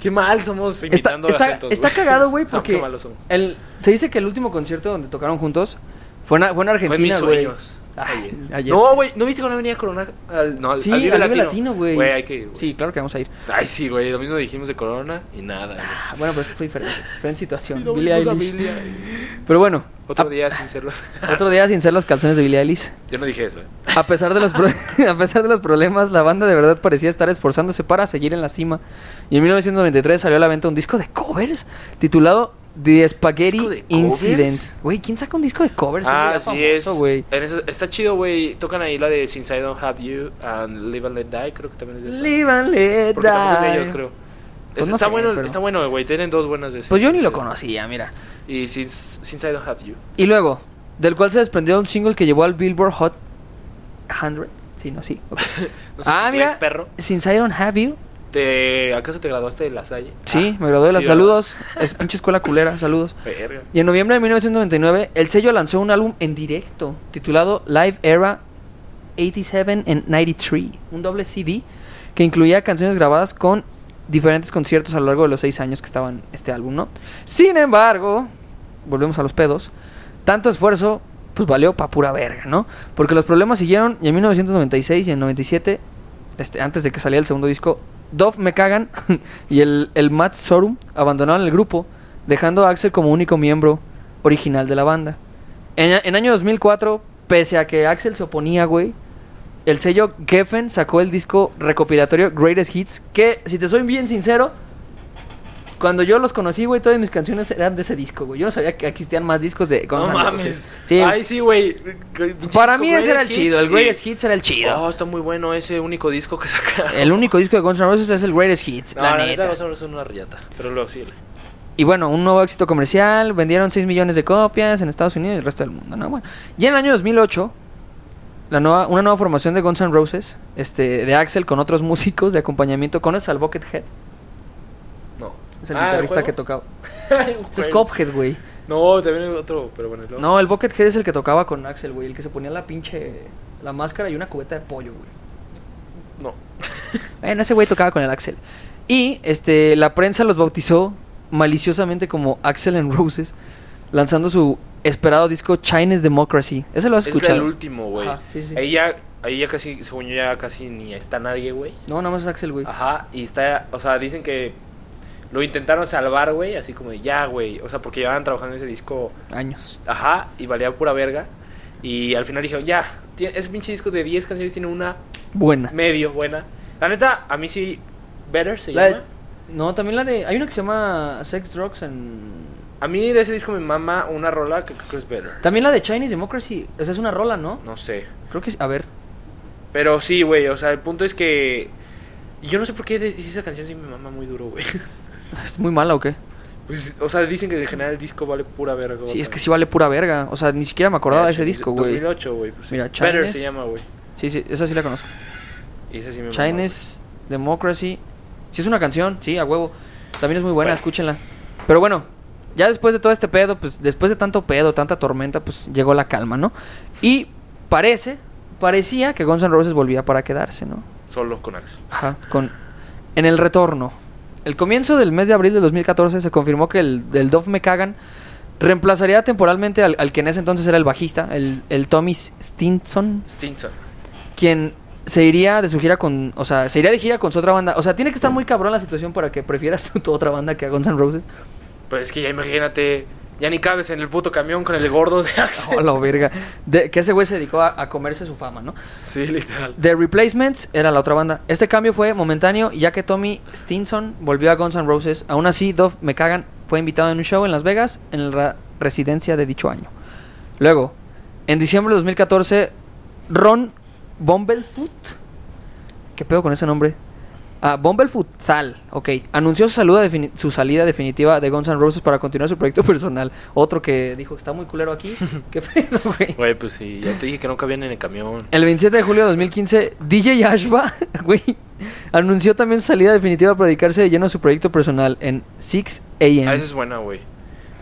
Speaker 2: qué mal somos
Speaker 1: Está,
Speaker 2: imitando
Speaker 1: está-
Speaker 2: acentos, <laughs>
Speaker 1: está cagado, güey,
Speaker 2: No, qué
Speaker 1: porque
Speaker 2: malos somos.
Speaker 1: el, se dice que el último concierto donde tocaron juntos fue en, fue en
Speaker 2: Fue en mis
Speaker 1: Argentina, güey.
Speaker 2: sueños.
Speaker 1: Ay, ayer.
Speaker 2: No, güey, ¿no viste cuando venía Corona? Al, no, al,
Speaker 1: Sí,
Speaker 2: al Vive
Speaker 1: al Vive
Speaker 2: Latino.
Speaker 1: Latino, güey.
Speaker 2: Güey, hay que ir, güey.
Speaker 1: Sí, claro que vamos a ir.
Speaker 2: Ay, sí, güey, lo mismo dijimos de Corona y nada, güey.
Speaker 1: Ah, bueno, pero fue diferente. Fue en situación.
Speaker 2: No
Speaker 1: Billie
Speaker 2: vimos a
Speaker 1: Eilish. Ah.
Speaker 2: Billie Eilish.
Speaker 1: Pero bueno,
Speaker 2: Otro día sin serlos.
Speaker 1: otro día sin ser los calzones de Billie Eilish.
Speaker 2: <laughs> Yo no dije eso, eh. güey.
Speaker 1: A pesar, de los pro- <laughs> a pesar de los problemas, la banda de verdad parecía estar esforzándose para seguir en la cima. Y en 1993 salió a la venta un disco de covers titulado The
Speaker 2: ¿Disco
Speaker 1: Spaghetti
Speaker 2: de
Speaker 1: Incident.
Speaker 2: covers?
Speaker 1: Güey, ¿quién saca un disco de covers?
Speaker 2: Ah,
Speaker 1: Eso
Speaker 2: sí
Speaker 1: ya
Speaker 2: es.
Speaker 1: famoso, güey.
Speaker 2: En eso- está chido, güey. Tocan ahí la de Since I Don't Have You and Live and Let Die, creo que también es de esa.
Speaker 1: Live and let
Speaker 2: Porque tampoco es de ellos,
Speaker 1: die.
Speaker 2: creo.
Speaker 1: Pues
Speaker 2: Es-
Speaker 1: no
Speaker 2: está,
Speaker 1: sé,
Speaker 2: bueno,
Speaker 1: pero-
Speaker 2: está bueno, güey. Tienen dos buenas de ese.
Speaker 1: Pues yo ni lo
Speaker 2: Sí.
Speaker 1: conocía, mira.
Speaker 2: Y Since, Since I Don't Have You.
Speaker 1: Y luego, del cual se desprendió un single que llevó al Billboard Hot 100. Sí, no, sí. ok.
Speaker 2: <laughs> No sé
Speaker 1: ah,
Speaker 2: si
Speaker 1: mira.
Speaker 2: eres perro.
Speaker 1: Since I don't have you.
Speaker 2: ¿Te, ¿Acaso te graduaste de la Salle?
Speaker 1: Sí,
Speaker 2: Ah,
Speaker 1: me gradué de las
Speaker 2: sí,
Speaker 1: saludos. Es pinche escuela culera, saludos.
Speaker 2: ¿verdad? Verga.
Speaker 1: Y en noviembre de 1999, el sello lanzó un álbum en directo titulado Live Era 87 and 93, un doble CD que incluía canciones grabadas con diferentes conciertos a lo largo de los seis años que estaban este álbum, ¿no? Sin embargo, volvemos a los pedos, tanto esfuerzo pues valió pa' pura verga, ¿no? Porque los problemas siguieron y en 1996 y en 97, este, antes de que saliera el segundo disco, Dove Me Cagan <laughs> y el, el Matt Sorum abandonaron el grupo, dejando a Axel como único miembro original de la banda. En, en año 2004, pese a que Axel se oponía, güey, el sello Geffen sacó el disco recopilatorio Greatest Hits, que, si te soy bien sincero, cuando yo los conocí, güey, todas mis canciones eran de ese disco, güey. Yo no sabía que existían más discos de Guns
Speaker 2: No
Speaker 1: N' Roses.
Speaker 2: mames.
Speaker 1: Sí,
Speaker 2: Ay, sí, güey.
Speaker 1: para mí ese era el chido, el Greatest
Speaker 2: hit
Speaker 1: Hits era el chido.
Speaker 2: Oh, está muy bueno ese único disco que <laughs> sacaron.
Speaker 1: El único disco de Guns N' Roses es el Greatest Hits,
Speaker 2: No,
Speaker 1: la
Speaker 2: la
Speaker 1: neta.
Speaker 2: neta, no son una riata. Pero luego sí.
Speaker 1: Y bueno, un nuevo éxito comercial, vendieron 6 millones de copias en Estados Unidos y el resto del mundo, ¿no? Bueno, y en el año 2008, la nueva, una nueva formación de Guns N' Roses, este, de Axel con otros <laughs> músicos de acompañamiento, ¿conoces al Buckethead?
Speaker 2: No.
Speaker 1: Es el
Speaker 2: Ah,
Speaker 1: guitarrista
Speaker 2: juego? <laughs>
Speaker 1: que tocaba.
Speaker 2: Un
Speaker 1: Es
Speaker 2: juego.
Speaker 1: Cophead, güey.
Speaker 2: No, también hay otro, pero bueno. luego.
Speaker 1: No, el Buckethead es el que tocaba con Axel, güey, el que se ponía la pinche, la máscara y una cubeta de pollo, güey.
Speaker 2: No.
Speaker 1: Bueno, Eh, ese güey tocaba con el Axel. Y este, la prensa los bautizó maliciosamente como Axel and Roses. lanzando su esperado disco Chinese Democracy. Ese lo has
Speaker 2: Es
Speaker 1: escuchado.
Speaker 2: el último, güey.
Speaker 1: Ajá, sí, sí.
Speaker 2: Ahí ya, ahí ya casi, según yo, ya casi ni está nadie, güey.
Speaker 1: No, nada más es Axel, güey.
Speaker 2: Ajá, y está, o sea, dicen que lo intentaron salvar, güey, así como de ya, güey. O sea, porque llevaban trabajando en ese disco,
Speaker 1: Años.
Speaker 2: ajá, y valía pura verga. Y al final dijeron, ya, ti- ese pinche disco de 10 canciones tiene
Speaker 1: <laughs>
Speaker 2: una
Speaker 1: Buena.
Speaker 2: medio buena. La neta, a mí sí, Better se
Speaker 1: La de-
Speaker 2: llama.
Speaker 1: no, también la de. Hay una que se llama Sex, Drugs and.
Speaker 2: A mí de ese disco me mama una rola que creo que es Better.
Speaker 1: También la de Chinese Democracy. O sea, es una rola, ¿no?
Speaker 2: No sé.
Speaker 1: Creo que es. A ver. <laughs>
Speaker 2: Pero sí, güey, o sea, el punto es que. Yo no sé por qué de- esa canción sí me mama muy duro, güey. <laughs>
Speaker 1: ¿Es muy mala o qué?
Speaker 2: Pues, o sea, dicen que en general el disco vale pura verga.
Speaker 1: Sí, es que sí vale pura verga. O sea, ni siquiera me acordaba de ese
Speaker 2: Mira,
Speaker 1: disco, güey.
Speaker 2: 2008, güey. pues sí.
Speaker 1: Mira,
Speaker 2: Better
Speaker 1: Chinese.
Speaker 2: se llama, güey.
Speaker 1: Sí, sí, esa sí la conozco.
Speaker 2: Y ese sí me mama,
Speaker 1: Chinese Democracy. Sí, es una canción, sí, a huevo. También es muy buena,
Speaker 2: Bueno.
Speaker 1: escúchenla. Pero bueno, ya después de todo este pedo, pues después de tanto pedo, tanta tormenta, pues llegó la calma, ¿no? Y parece, parecía que Guns N' Roses volvía para quedarse, ¿no?
Speaker 2: güey. Solo con Axel.
Speaker 1: Ajá, con En el retorno. El comienzo del mes de abril de 2014 se confirmó que el del Dove Me Cagan reemplazaría temporalmente al, al que en ese entonces era el bajista, el, el Tommy Stinson,
Speaker 2: Stinson.
Speaker 1: quien se iría de su gira con, o sea, se iría de gira con su otra banda. O sea, tiene que estar muy cabrón la situación para que prefieras <laughs> tu, tu otra banda que a Guns N' Roses.
Speaker 2: Pues es que ya imagínate, ya ni cabes en el puto camión con el
Speaker 1: <laughs>
Speaker 2: gordo de Axel.
Speaker 1: Oh, la verga. De- que ese güey se dedicó a- a comerse su fama, ¿no?
Speaker 2: Sí, literal.
Speaker 1: The Replacements era la otra banda. Este cambio fue momentáneo ya que Tommy Stinson volvió a Guns N' Roses. Aún así, Dove Me Cagan fue invitado en un show en Las Vegas en la residencia de dicho año. Luego, en diciembre de 2014, Ron Bumblefoot. ¿Qué pedo con ese nombre? Ah, Bumblefoot Zal, ok. Anunció su, saluda defini- su salida definitiva de Guns N' Roses para continuar su proyecto <laughs> personal. Otro que dijo, está muy culero aquí. ¿Qué pedo, güey?
Speaker 2: Güey, pues sí, ya te dije que no cabían en el camión.
Speaker 1: El 27 de julio de 2015, DJ Ashba, <laughs> güey, anunció también su salida definitiva para dedicarse de lleno a su proyecto personal en 6
Speaker 2: A
Speaker 1: AM.
Speaker 2: veces Ah, es buena, güey.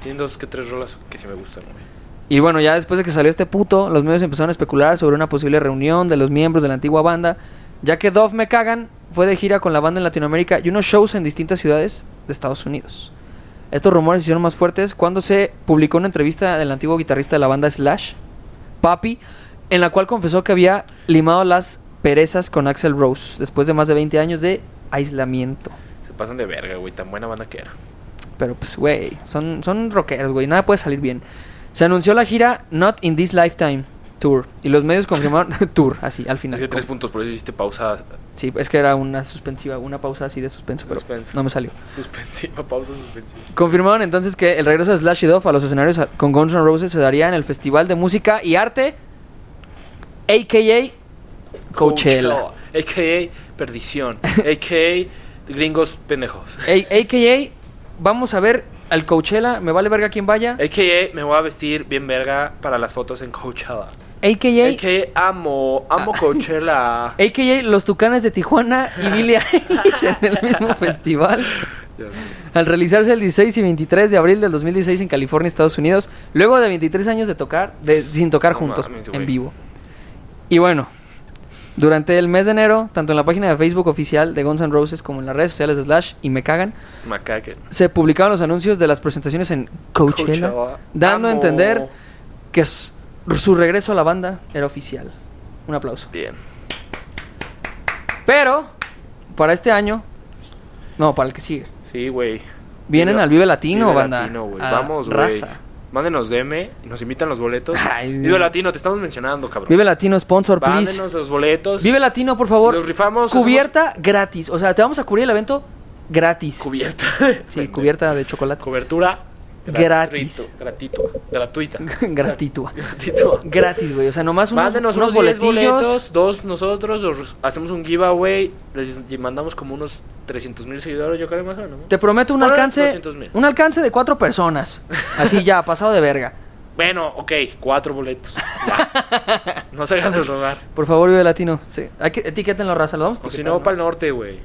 Speaker 2: Tienen dos que tres rolas que sí me gustan, güey.
Speaker 1: Y bueno, ya después de que salió este puto, los medios empezaron a especular sobre una posible reunión de los miembros de la antigua banda, ya que Dove Me Cagan fue de gira con la banda en Latinoamérica y unos shows en distintas ciudades de Estados Unidos. Estos rumores se hicieron más fuertes cuando se publicó una entrevista del antiguo guitarrista de la banda Slash, Papi, en la cual confesó que había limado las perezas con Axel Rose después de más de 20 años de aislamiento.
Speaker 2: Se pasan de verga, güey, tan buena banda que era.
Speaker 1: Pero pues, güey, son, son rockeros, güey, nada puede salir bien. Se anunció la gira Not in This Lifetime Tour y los medios confirmaron <laughs> Tour, así, al final.
Speaker 2: Es que tres puntos, por eso hiciste pausa
Speaker 1: Sí, es que era una suspensiva, una pausa así de suspenso, pero
Speaker 2: Suspenso.
Speaker 1: no me salió.
Speaker 2: suspensiva, <laughs> pausa suspensiva.
Speaker 1: Confirmaron entonces que el regreso de Slash y Dove a los escenarios a- con Guns N' Roses se daría en el Festival de Música y Arte, a.k.a. Coachella.
Speaker 2: AKA Perdición.
Speaker 1: <laughs>
Speaker 2: AKA Gringos Pendejos.
Speaker 1: A- a.k.a. Vamos a ver al Coachella, me vale verga quién vaya.
Speaker 2: AKA me voy a vestir bien verga para las fotos en Coachella.
Speaker 1: A.k.a.
Speaker 2: AKA amo, amo
Speaker 1: Ah. <laughs>
Speaker 2: Coachella.
Speaker 1: AKA Los Tucanes de Tijuana y Billie Eilish en el mismo festival.
Speaker 2: Ya sé.
Speaker 1: Al realizarse el 16 y 23 de abril del 2016 en California, Estados Unidos, luego de 23 años de tocar, de- sin tocar
Speaker 2: No
Speaker 1: juntos
Speaker 2: mames, güey.
Speaker 1: en vivo. Y bueno, durante el mes de enero, tanto en la página de Facebook oficial de Guns N' Roses como en las redes sociales de Slash y Me Cagan,
Speaker 2: Macaque.
Speaker 1: se publicaban los anuncios de las presentaciones en Coachella,
Speaker 2: Coachella.
Speaker 1: dando a
Speaker 2: Amo.
Speaker 1: entender que s- su regreso a la banda era oficial. Un aplauso.
Speaker 2: Bien.
Speaker 1: Pero, para este año, no, para el que sigue.
Speaker 2: Sí, güey.
Speaker 1: Vienen al Vive Latino,
Speaker 2: Vive
Speaker 1: banda.
Speaker 2: Latino, güey.
Speaker 1: A
Speaker 2: Vamos, güey.
Speaker 1: raza.
Speaker 2: Mándenos DM, nos invitan los boletos.
Speaker 1: <laughs> Ay,
Speaker 2: Vive Latino, te estamos mencionando, cabrón.
Speaker 1: Vive Latino, sponsor, please.
Speaker 2: Mándenos los boletos.
Speaker 1: Vive Latino, por favor.
Speaker 2: Los rifamos,
Speaker 1: Cubierta gratis. O sea, te vamos a cubrir el evento gratis.
Speaker 2: Cubierta.
Speaker 1: sí, cubierta de chocolate.
Speaker 2: <laughs> Cobertura.
Speaker 1: Gratis.
Speaker 2: gratuito, Gratuito.
Speaker 1: <laughs>
Speaker 2: Gratuita.
Speaker 1: Gratitua.
Speaker 2: Gratuito.
Speaker 1: Gratis, güey. O sea, nomás unos,
Speaker 2: Mándenos unos,
Speaker 1: unos
Speaker 2: 10
Speaker 1: boletillos.
Speaker 2: boletos, dos nosotros, los- hacemos un giveaway, les mandamos como unos 300 mil seguidores, yo creo más o menos. ¿no?
Speaker 1: Te prometo un
Speaker 2: Ponle
Speaker 1: alcance.
Speaker 2: 200,000.
Speaker 1: Un alcance de cuatro personas. Así ya, pasado de verga.
Speaker 2: Bueno, ok, cuatro boletos.
Speaker 1: <laughs>
Speaker 2: Ya. no se hagan de rogar.
Speaker 1: Por favor, Vive Latino. Sí. Hay que- Etiquétenlo, raza. Lo vamos a
Speaker 2: O si
Speaker 1: etiquetar,
Speaker 2: no, para el norte, güey.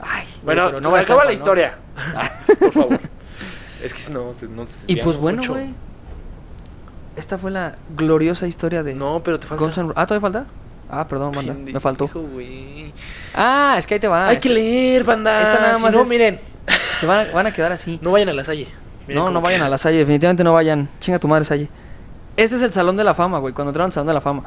Speaker 1: Ay, güey,
Speaker 2: Bueno,
Speaker 1: pero
Speaker 2: no
Speaker 1: va a
Speaker 2: acaba
Speaker 1: estar,
Speaker 2: la
Speaker 1: ¿no?
Speaker 2: historia. <laughs> Por favor. Es que si no, se- no se-
Speaker 1: Y
Speaker 2: ya
Speaker 1: pues
Speaker 2: no
Speaker 1: bueno,
Speaker 2: mucho.
Speaker 1: güey. Esta fue la gloriosa historia de
Speaker 2: No, pero te falta.
Speaker 1: Guns N' Ro- Ah, ¿todavía falta? Ah, perdón, banda.
Speaker 2: Pendejo,
Speaker 1: Me faltó.
Speaker 2: güey.
Speaker 1: Ah, es que ahí te va.
Speaker 2: Hay
Speaker 1: es-
Speaker 2: que leer, banda.
Speaker 1: esta nada
Speaker 2: Si
Speaker 1: más
Speaker 2: no,
Speaker 1: es-
Speaker 2: miren,
Speaker 1: Se van a, van a quedar así.
Speaker 2: <laughs> no vayan a la salle. Miren
Speaker 1: no,
Speaker 2: cómo
Speaker 1: no vayan
Speaker 2: queda.
Speaker 1: a la Salle, definitivamente no vayan. Chinga tu madre, Salle. Este es el Salón de la Fama, güey, cuando entraron al Salón de la Fama.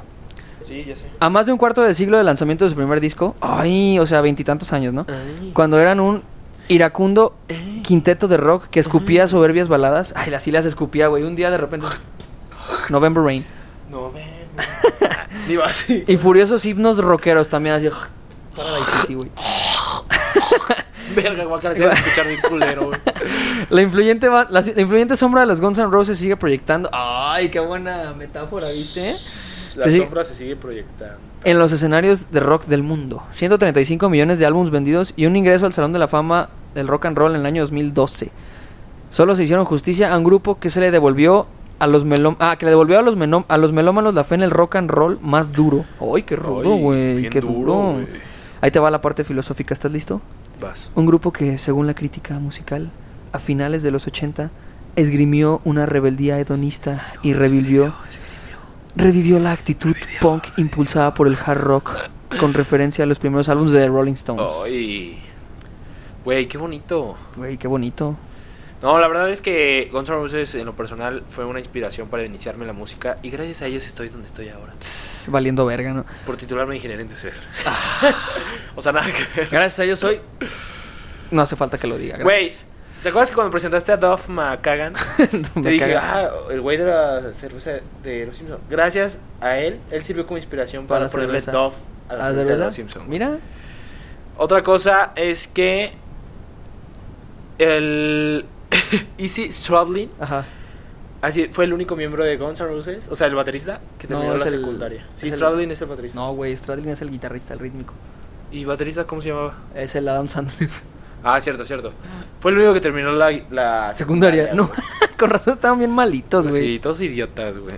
Speaker 2: Sí, ya sé.
Speaker 1: A más de un cuarto del siglo del lanzamiento de su primer disco, ay, o sea, veintitantos años, ¿no? Cuando eran un iracundo
Speaker 2: Eh.
Speaker 1: quinteto de rock que escupía soberbias baladas. Ay, las las escupía, güey. Un día de repente. November Rain.
Speaker 2: No, ven. Digo así.
Speaker 1: Y furiosos himnos rockeros también, así. Para
Speaker 2: <sighs>
Speaker 1: la ICT, güey.
Speaker 2: Verga, guacala, se va a escuchar bien culero, güey.
Speaker 1: La influyente, ba- la, la influyente sombra de los Guns N' Roses sigue proyectando. Ay, qué buena metáfora, ¿viste?
Speaker 2: La
Speaker 1: Pues Sí.
Speaker 2: sombra se sigue proyectando.
Speaker 1: En los escenarios de rock del mundo. 135 millones de álbumes vendidos y un ingreso al Salón de la Fama del Rock and Roll en el año 2012. Solo se hicieron justicia a un grupo que se le devolvió a los melom ah, que le devolvió a los, menom- a los melómanos la fe en el rock and roll más duro. Ay, qué rudo,
Speaker 2: Ay,
Speaker 1: güey,
Speaker 2: bien
Speaker 1: qué
Speaker 2: duro,
Speaker 1: duro.
Speaker 2: güey.
Speaker 1: Ahí te va la parte filosófica, ¿estás listo?
Speaker 2: Vas.
Speaker 1: Un grupo que, según la crítica musical, a finales de los 80 esgrimió una rebeldía hedonista y revivió, revivió la actitud punk impulsada por el hard rock con referencia a los primeros álbumes de The Rolling Stones.
Speaker 2: Ay. Güey, qué bonito.
Speaker 1: Güey, qué bonito.
Speaker 2: No, la verdad es que Guns N' Roses en lo personal fue una inspiración para iniciarme en la música y gracias a ellos estoy donde estoy ahora.
Speaker 1: Tss, Valiendo verga, ¿no?
Speaker 2: Por titularme ingeniero en ser. <laughs> o sea, nada que ver.
Speaker 1: Ah. Gracias a ellos soy... No hace falta que lo diga.
Speaker 2: Güey, ¿te acuerdas que cuando presentaste a Duff McKagan?
Speaker 1: <laughs> gracias.
Speaker 2: te
Speaker 1: Me
Speaker 2: dije,
Speaker 1: caga.
Speaker 2: ah, el güey de la cerveza de los Simpsons. Gracias a él, él sirvió como inspiración
Speaker 1: Para
Speaker 2: para,
Speaker 1: la
Speaker 2: ponerle
Speaker 1: cerveza.
Speaker 2: Duff a
Speaker 1: ¿A
Speaker 2: la
Speaker 1: la
Speaker 2: cerveza, de
Speaker 1: cerveza?
Speaker 2: los Simpsons.
Speaker 1: Ah, Mira,
Speaker 2: Otra cosa es que el <laughs> Easy Stradlin
Speaker 1: ajá.
Speaker 2: así fue el único miembro de Guns N' Roses, o sea, el baterista que
Speaker 1: No,
Speaker 2: terminó
Speaker 1: es
Speaker 2: la
Speaker 1: el-
Speaker 2: secundaria. Sí,
Speaker 1: es el-
Speaker 2: Stradlin es el baterista.
Speaker 1: No, güey, Stradlin es el guitarrista, el rítmico.
Speaker 2: ¿Y baterista cómo se llamaba?
Speaker 1: Es el Adam Sandler. <laughs>
Speaker 2: Ah, cierto, cierto. Fue el único que terminó la, la
Speaker 1: Secundaria, no. <laughs> Con razón estaban bien malitos,
Speaker 2: güey.
Speaker 1: güey.
Speaker 2: Pues Sí, todos idiotas, güey.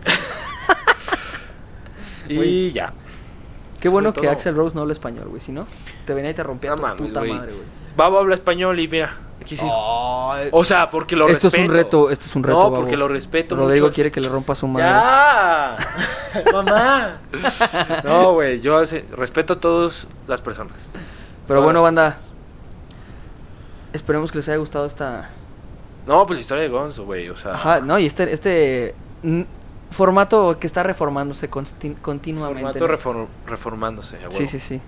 Speaker 2: y
Speaker 1: <laughs> Güey.
Speaker 2: ya.
Speaker 1: Qué bueno
Speaker 2: Sobre
Speaker 1: que
Speaker 2: todo-
Speaker 1: Axel Rose no habla español, güey. Si no, te venía y te rompía
Speaker 2: No
Speaker 1: tu
Speaker 2: mames,
Speaker 1: puta
Speaker 2: güey.
Speaker 1: madre, güey.
Speaker 2: Babo habla español y mira, aquí sí.
Speaker 1: Ay,
Speaker 2: O sea, porque lo
Speaker 1: esto es un
Speaker 2: respeto.
Speaker 1: reto, esto es un reto.
Speaker 2: No,
Speaker 1: babo.
Speaker 2: porque lo respeto
Speaker 1: Rodrigo
Speaker 2: mucho.
Speaker 1: quiere que le rompa su madre.
Speaker 2: ¡Ya! <laughs> ¡Mamá! No, güey, yo hace- respeto a todas las personas.
Speaker 1: Pero
Speaker 2: Todas.
Speaker 1: bueno, banda. Esperemos que les haya gustado esta.
Speaker 2: No, pues la historia de Gonzo, güey, o sea.
Speaker 1: Ajá, no, y este, este mm, formato que está reformándose consti- continuamente.
Speaker 2: Formato
Speaker 1: ¿no?
Speaker 2: reform- reformándose, a
Speaker 1: Sí,
Speaker 2: huevo.
Speaker 1: sí, sí.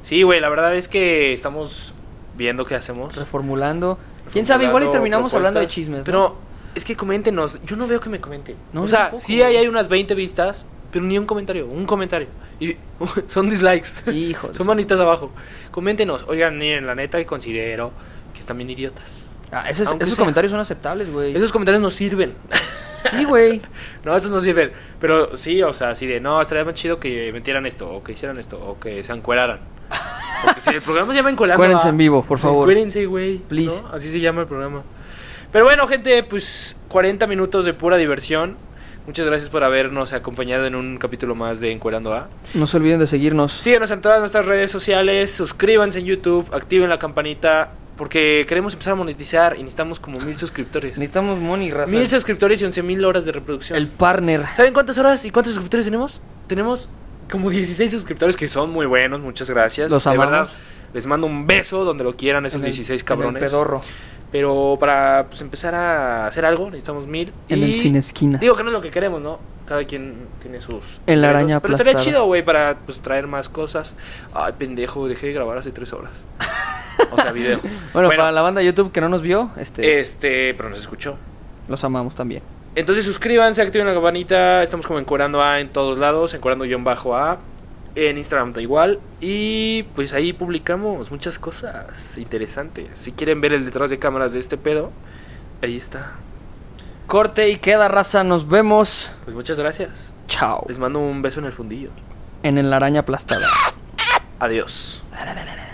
Speaker 2: Sí, güey, la verdad es que estamos viendo qué hacemos.
Speaker 1: Reformulando. Quién sabe, igual y
Speaker 2: Formulando
Speaker 1: terminamos hablando de
Speaker 2: propuestas,
Speaker 1: chismes. ¿no?
Speaker 2: Pero es que coméntenos. Yo no veo que me comenten.
Speaker 1: No,
Speaker 2: o
Speaker 1: yo
Speaker 2: sea,
Speaker 1: tampoco,
Speaker 2: sí
Speaker 1: güey.
Speaker 2: hay, hay unas 20 vistas, pero ni un comentario. Un comentario. Y <laughs> son dislikes. <laughs>
Speaker 1: Hijo de
Speaker 2: son
Speaker 1: su-
Speaker 2: manitas abajo. Coméntenos. Oigan, miren, la neta considero que están bien idiotas.
Speaker 1: Ah, esos,
Speaker 2: aunque
Speaker 1: esos
Speaker 2: sea-
Speaker 1: comentarios son aceptables, güey.
Speaker 2: Esos comentarios nos sirven.
Speaker 1: <laughs> Sí, güey.
Speaker 2: no, esos nos sirven. Pero sí, o sea, así de, no, estaría más chido que metieran esto, o que hicieran esto, o que se encueraran. Porque si el programa se llama Encuerando.
Speaker 1: Cuérense
Speaker 2: ¿va?
Speaker 1: en vivo, por
Speaker 2: Sí,
Speaker 1: favor.
Speaker 2: Cuérense, güey.
Speaker 1: Please.
Speaker 2: ¿no? Así se llama el programa. Pero bueno, gente, pues 40 minutos de pura diversión. Muchas gracias por habernos acompañado en un capítulo más de Encuerando A.
Speaker 1: No se olviden de seguirnos.
Speaker 2: Síguenos en todas nuestras redes sociales, suscríbanse en YouTube, activen la campanita, porque queremos empezar a monetizar y necesitamos como mil suscriptores.
Speaker 1: Necesitamos money, raza.
Speaker 2: Mil suscriptores y once mil horas de reproducción.
Speaker 1: El partner.
Speaker 2: ¿Saben cuántas horas y cuántos suscriptores tenemos? Tenemos como 16 suscriptores que son muy buenos, muchas gracias.
Speaker 1: Los
Speaker 2: De
Speaker 1: amamos.
Speaker 2: verdad, les mando un beso donde lo quieran esos
Speaker 1: En el-
Speaker 2: 16
Speaker 1: En
Speaker 2: cabrones.
Speaker 1: el pedorro.
Speaker 2: Pero para pues, empezar a hacer algo necesitamos mil.
Speaker 1: En
Speaker 2: y
Speaker 1: el cine esquina.
Speaker 2: Digo que no es lo que queremos, ¿no? Cada quien tiene sus...
Speaker 1: En
Speaker 2: ingresos,
Speaker 1: la araña
Speaker 2: Pero estaría
Speaker 1: aplastada.
Speaker 2: chido, güey, para pues, traer más cosas. Ay, pendejo, dejé de grabar hace tres horas. o sea, video.
Speaker 1: <laughs> bueno, para la banda de YouTube que no nos vio, este,
Speaker 2: Este, pero nos escuchó.
Speaker 1: los amamos también.
Speaker 2: Entonces suscríbanse, activen la campanita. Estamos como encuerando A en todos lados, encuerando-A. En Instagram da igual. Y pues ahí publicamos muchas cosas interesantes. Si quieren ver el detrás de cámaras de este pedo, ahí está.
Speaker 1: Corte y queda, raza. Nos vemos.
Speaker 2: Pues muchas gracias.
Speaker 1: Chao.
Speaker 2: Les mando un beso en el fundillo.
Speaker 1: En el araña aplastada.
Speaker 2: Adiós.
Speaker 1: La, la, la, la, la.